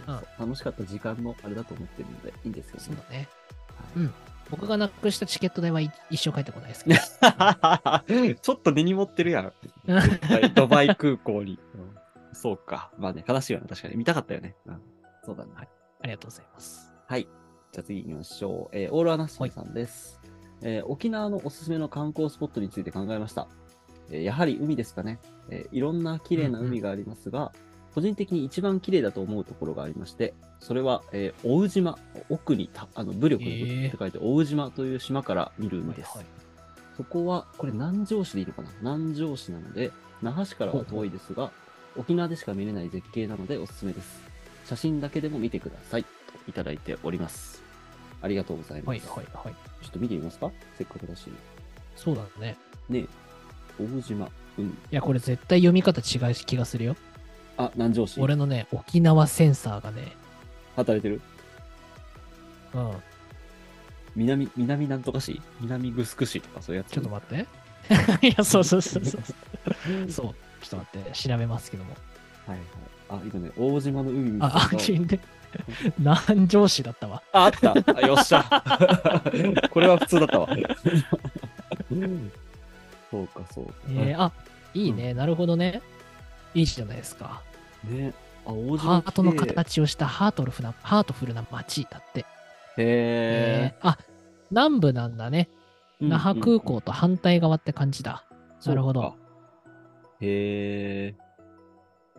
S2: そう楽しかった時間のあれだと思ってるので、いいんです
S1: そう
S2: よね。
S1: だね。
S2: はい
S1: 僕がなくしたチケット代はい一生帰ってこないですけど。
S2: ちょっと根に持ってるやん。
S1: うん
S2: はいドバイ空港に。うんそうか。まあね、悲しいよね。確かに。見たかったよね。うん。そうだね。
S1: ありがとうございます。
S2: はい。じゃあ次行きましょう。えーオールアナッシンさんです、えー沖縄のおすすめの観光スポットについて考えました。えーやはり海ですかね、えーいろんな綺麗な海がありますが、個人的に一番綺麗だと思うところがありまして、それは、えー、大宇島、奥にたあの武力の武って書いて、大宇島という島から見る海です。
S1: はい
S2: そこは、これ南城市でいいのかな南城市なので、那覇市からは遠いですが、沖縄でしか見れない絶景なのでおすすめです。写真だけでも見てください。といただいております。ありがとうございま
S1: はい
S2: す。
S1: はいはい。
S2: ちょっと見てみますかせっかくだし。
S1: そうだね。
S2: ねえ、大島、海。
S1: いや、これ絶対読み方違う気がするよ。
S2: あ、南城市。
S1: 俺のね、沖縄センサーがね、
S2: 働いてる
S1: うん、
S2: 南、南なんとか市南グスク市とかそういうやつ。
S1: ちょっと待って。 いや、そうそうそうそう。そう、ちょっと待って、調べますけども。
S2: はいはい。あ、今ね、大島の海見つけた
S1: あ、あ、ちんで、 南城市だったわ。
S2: あ、あった。あよっしゃ。 これは普通だったわ。 そうか、そうか。
S1: えー、あ、いいね、なるほどね。いいじゃないですか。
S2: ね。あ、大
S1: ハ
S2: 島
S1: ートの
S2: 綺麗
S1: 形をしたハートルフな、ハートフルな街だって。
S2: へ
S1: えー、あ、南部なんだね。
S2: ー
S1: 那覇空港と反対側って感じだ。なるほ。
S2: うんう
S1: ど
S2: んそ。うかへえ。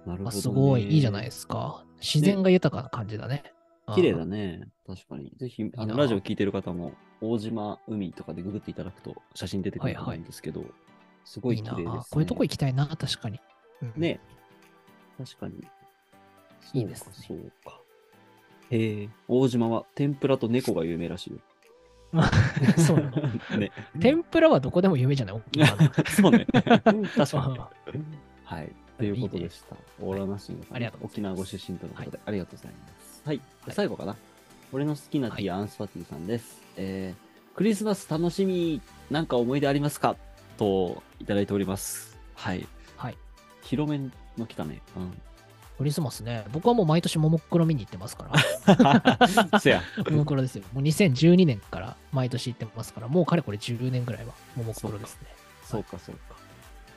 S2: なるほど、
S1: あ
S2: ね。
S1: すごい、いいじゃないですすか。自然が豊かな感じだね。
S2: か。綺麗だ
S1: ね。
S2: ね。確かに。ぜひ、あ
S1: いい
S2: の、
S1: な
S2: ラジオ聞いてる方も、大島海とかでググっていただくと、写真出てくると思うんですけど、すご
S1: い
S2: い
S1: い
S2: 綺麗
S1: な
S2: です、ね。
S1: こういうとこ行きたいな、確かに。うん
S2: ね。確かに。
S1: いいですね
S2: そうか。そうかへえ、大島は天ぷらと猫が有名らしいよ。
S1: そうなの。
S2: ね。
S1: 天ぷらはどこでも夢じゃない、沖 縄の
S2: そう ね。確か
S1: あ
S2: に。 はい。ということでした。オーラナシングさん
S1: ありがとうござ
S2: 沖
S1: います
S2: 縄ご出身とのことで、
S1: は
S2: ありがとうございます。はい。
S1: はい
S2: 最後かな。俺の好きなティーアンスパティさんです。えー、クリスマス楽しみ、なんか思い出ありますかと、いただいております。はい。
S1: はい。
S2: 広めの来たね。 うん。
S1: クリスマスね。僕はもう毎年ももクロ見に行ってますから。
S2: せや。
S1: ももクロですよ。もう2012年から毎年行ってますから、もうかれこれ10年ぐらいはももクロですね。
S2: そうか、そうか。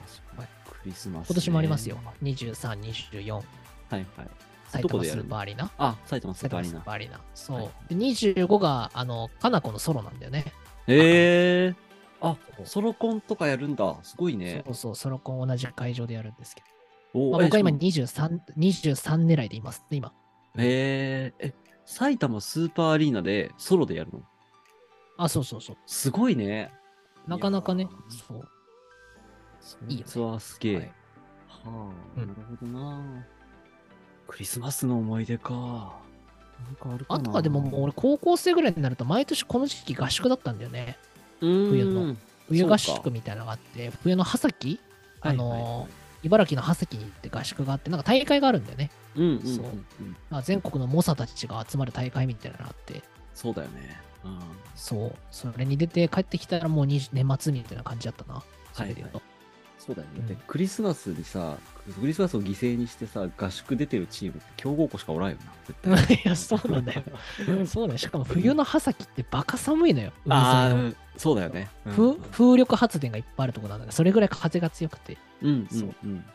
S2: 確か
S1: は
S2: に
S1: い。
S2: クリスマス、ね。
S1: 今年もありますよ。。23、24、
S2: はいはい。
S1: 埼
S2: どこ
S1: 玉
S2: で
S1: ス
S2: やる
S1: ーパーアリーナ。
S2: あ、埼玉ス
S1: 埼
S2: ーパーア
S1: 玉
S2: リ
S1: ス
S2: ー
S1: ー
S2: ナ
S1: パ。ーアリーナ。そ。
S2: はいう
S1: で、25が、あの、かなこのソロなんだよね。
S2: へえ。あ、ソロコンとかやるんだ。すごいね
S1: そ。うそう、ソロコン同じ会場でやるんですけど。
S2: お
S1: まあ、
S2: え
S1: 僕は今
S2: そう
S1: 23、23狙いでいます、今。
S2: へえ。え、埼玉スーパーアリーナでソロでやるの
S1: あ、そうそうそう。
S2: すごいね。
S1: なかなか
S2: い
S1: ね
S2: や、
S1: そう。
S2: そ
S1: いいよね
S2: いつはすげえ。
S1: はい
S2: ははあ、
S1: うん
S2: なるほどな。クリスマスの思い出か。なんかあるか
S1: あ
S2: な。
S1: とはでももう俺高校生ぐらいになると毎年この時期合宿だったんだよね。冬の
S2: うん
S1: 冬合
S2: そう
S1: 宿
S2: か
S1: みたいなのがあって、冬の覇崎あのー
S2: はいはいはい
S1: 茨城の覇崎に行って合宿があって、なんか大会があるんだよね。
S2: うんうんうん
S1: そう
S2: うん
S1: まあ全国の猛者たちが集まる大会みたいなのがあって、
S2: そうだよね。うん。
S1: そう、それに出て帰ってきたらもう20年末みたいな感じだったな。それで言うと。
S2: そうだよね。
S1: うん
S2: で、クリスマスにさ、クリスマスを犠牲にしてさ、合宿出てるチームって強豪校しかおらんよな、絶対。
S1: いや、そうなんだよ。そうだよ。しかも冬の覇崎ってバカ寒いのよ。海
S2: あ
S1: 沿いの
S2: あ、そうだよね。うん
S1: ふ風力発電がいっぱいあるところなんだけど、それぐらい風が強くて。
S2: うんう
S1: そ
S2: んうん。
S1: か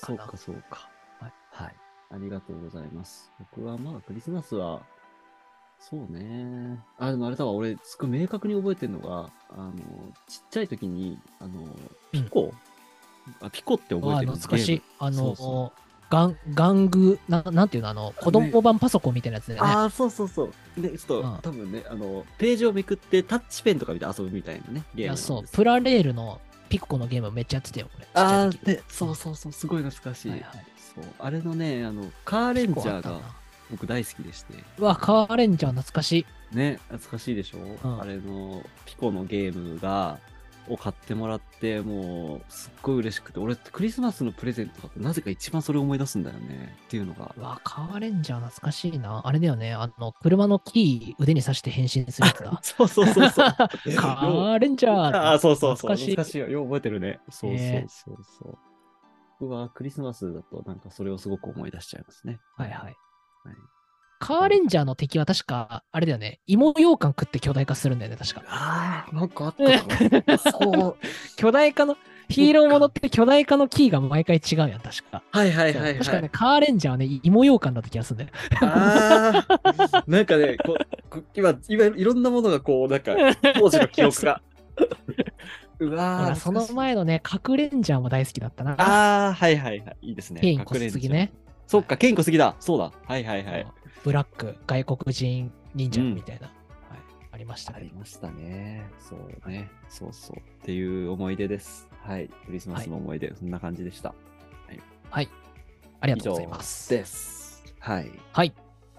S2: そう
S1: な
S2: かそうか。
S1: はい。
S2: はい。ありがとうございます。僕はまあクリスマスは、そうね。あ、でもあれだわ、俺、すごい明確に覚えてるのが、あの、ちっちゃい時に、あの、ピコ、あピコって覚
S1: あ
S2: えて
S1: あ
S2: る
S1: 懐かしい。あの、
S2: そうそ
S1: ガン、ガング、ななんていうの、あの、子供版パソコンみたいなやつでね。
S2: ああー、そうそうそう。で、ちょっと、
S1: うん
S2: 多分ね、あの、ページをめくってタッチペンとか見て遊ぶみたい
S1: い
S2: なね、ゲームなん
S1: や、
S2: ですよ。
S1: そう、プラレールのピッコのゲームめっちゃやってたよ、これ。
S2: ああ、
S1: ちっちゃい時
S2: で、そうそうそう、すごい懐かしい。
S1: はいはい
S2: そう。あれのね、あの、カーレンジ
S1: ピッコあ
S2: ャ
S1: っ
S2: ー
S1: たな
S2: が僕大好きでして。
S1: うわ、カーレンジャー懐かしい。
S2: ね、懐かしいでしょ、
S1: うん
S2: あれのピコのゲームが、を買ってもらって、もう、すっごい嬉しくて、俺、クリスマスのプレゼントだって、なぜか一番それを思い出すんだよね。っていうのが
S1: う。わ、カーレンジャー懐かしいな。あれだよね、あの、車のキー腕に刺して変身するやつだ。
S2: そうそうそうそう。
S1: カーレンジャー
S2: ああ、そうそうそう。
S1: 懐かしい
S2: 懐かしいよ。よう覚えてるね。そうそう
S1: ね
S2: そうそう。僕はクリスマスだと、なんかそれをすごく思い出しちゃいますね。
S1: はいはい。
S2: はい
S1: カーレンジャーの敵は確か、あれだよね、芋羊羹食って巨大化するんだよね、 確か。
S2: ああ、なんかあったかそう。
S1: 巨大化の、ヒーローものって巨大化のキーが毎回違うやん、確か。
S2: はいはいはい、はい。
S1: 確かね、カーレンジャーはね、芋羊羹だった気がするんだよ。
S2: ああ、なんかね、ここ今、今、いろんなものがこう、なんか、当時の記憶が。う
S1: ほ
S2: わ
S1: ら
S2: ー
S1: その
S2: 懐かしい
S1: 前のね、核レンジャーも大好きだったな。
S2: ああ、はいはいはい。いいですね。
S1: ケイン小杉ね。
S2: そっか、ケイン小杉だ。そうだ。はいはいはい。
S1: ブラック、外国人忍者みたいな、
S2: はい
S1: ありました
S2: あ
S1: ね
S2: り。ましたね。そうね。そうそう。っていう思い出です。はい。クリスマスの思い出、そんな感じでした。
S1: はい。ありが
S2: 以
S1: とう
S2: 上
S1: ございます。
S2: です。はい。
S1: はい。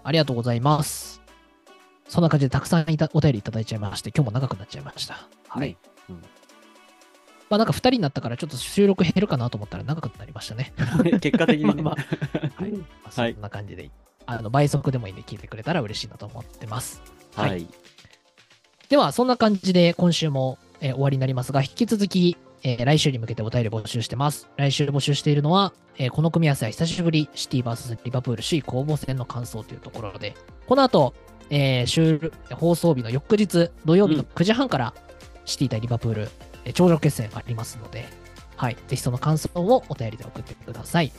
S1: ありがとうございます。そんな感じでたくさんいたお便りいただいちゃいまして、今日も長くなっちゃいました。はい。
S2: ねうん
S1: まあなんか2人になったからちょっと収録減るかなと思ったら長くなりました ね。
S2: 結果的にね。
S1: まあ
S2: は
S1: はい
S2: い。
S1: まあそんな感じで、あの倍速でもいいんで聞いてくれたら嬉しいなと思ってます。はい
S2: はい。
S1: では、そんな感じで今週も、えー終わりになりますが、引き続き、えー来週に向けてお便り募集してます。来週募集しているのは、えーこの組み合わせは久しぶり、シティ VS リバプール C 攻防戦の感想というところで、この後、えー収録放送日の翌日、土曜日の
S2: うん
S1: 9時半から、シティ対リバプール、えー頂上決戦ありますので、はい、ぜひその感想をお便りで送ってください。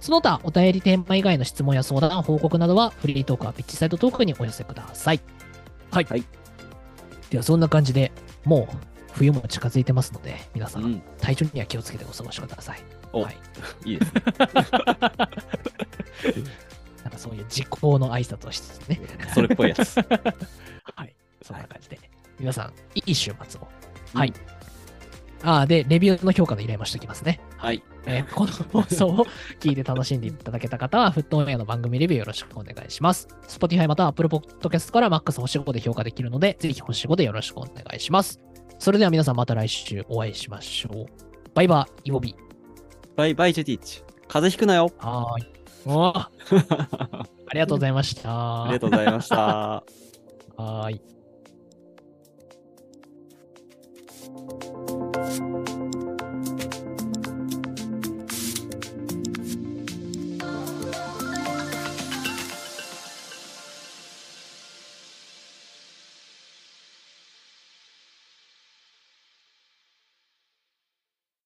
S1: その他、お便りテーマ以外の質問や相談、報告などは、フリートークはピッチサイトトークにお寄せください。はい。
S2: はい
S1: では、そんな感じで、もう冬も近づいてますので、皆さ、
S2: うんん。
S1: 体調には気をつけてお過ごしください。
S2: お
S1: はい、
S2: いいですね。
S1: なんかそういう時効の挨拶をしつつね。
S2: それっぽいや つ。
S1: はい。そんな感じで、皆さん、いい週末を。
S2: うん
S1: はい。ああ、で、レビューの評価の依頼もしておきますね。
S2: はい。
S1: えーこの放送を聞いて楽しんでいただけた方は、フットオンエアの番組レビューよろしくお願いします。Spotify または Apple Podcast から MAX 星5で評価できるので、ぜひ星5でよろしくお願いします。それでは皆さんまた来週お会いしましょう。バイバイ、イボビ。
S2: バイバイ、ジェティッチ。風邪ひくなよ。
S1: はーい。おー
S2: あ
S1: ありがとうございました。あ
S2: りがとうございました。
S1: はーい。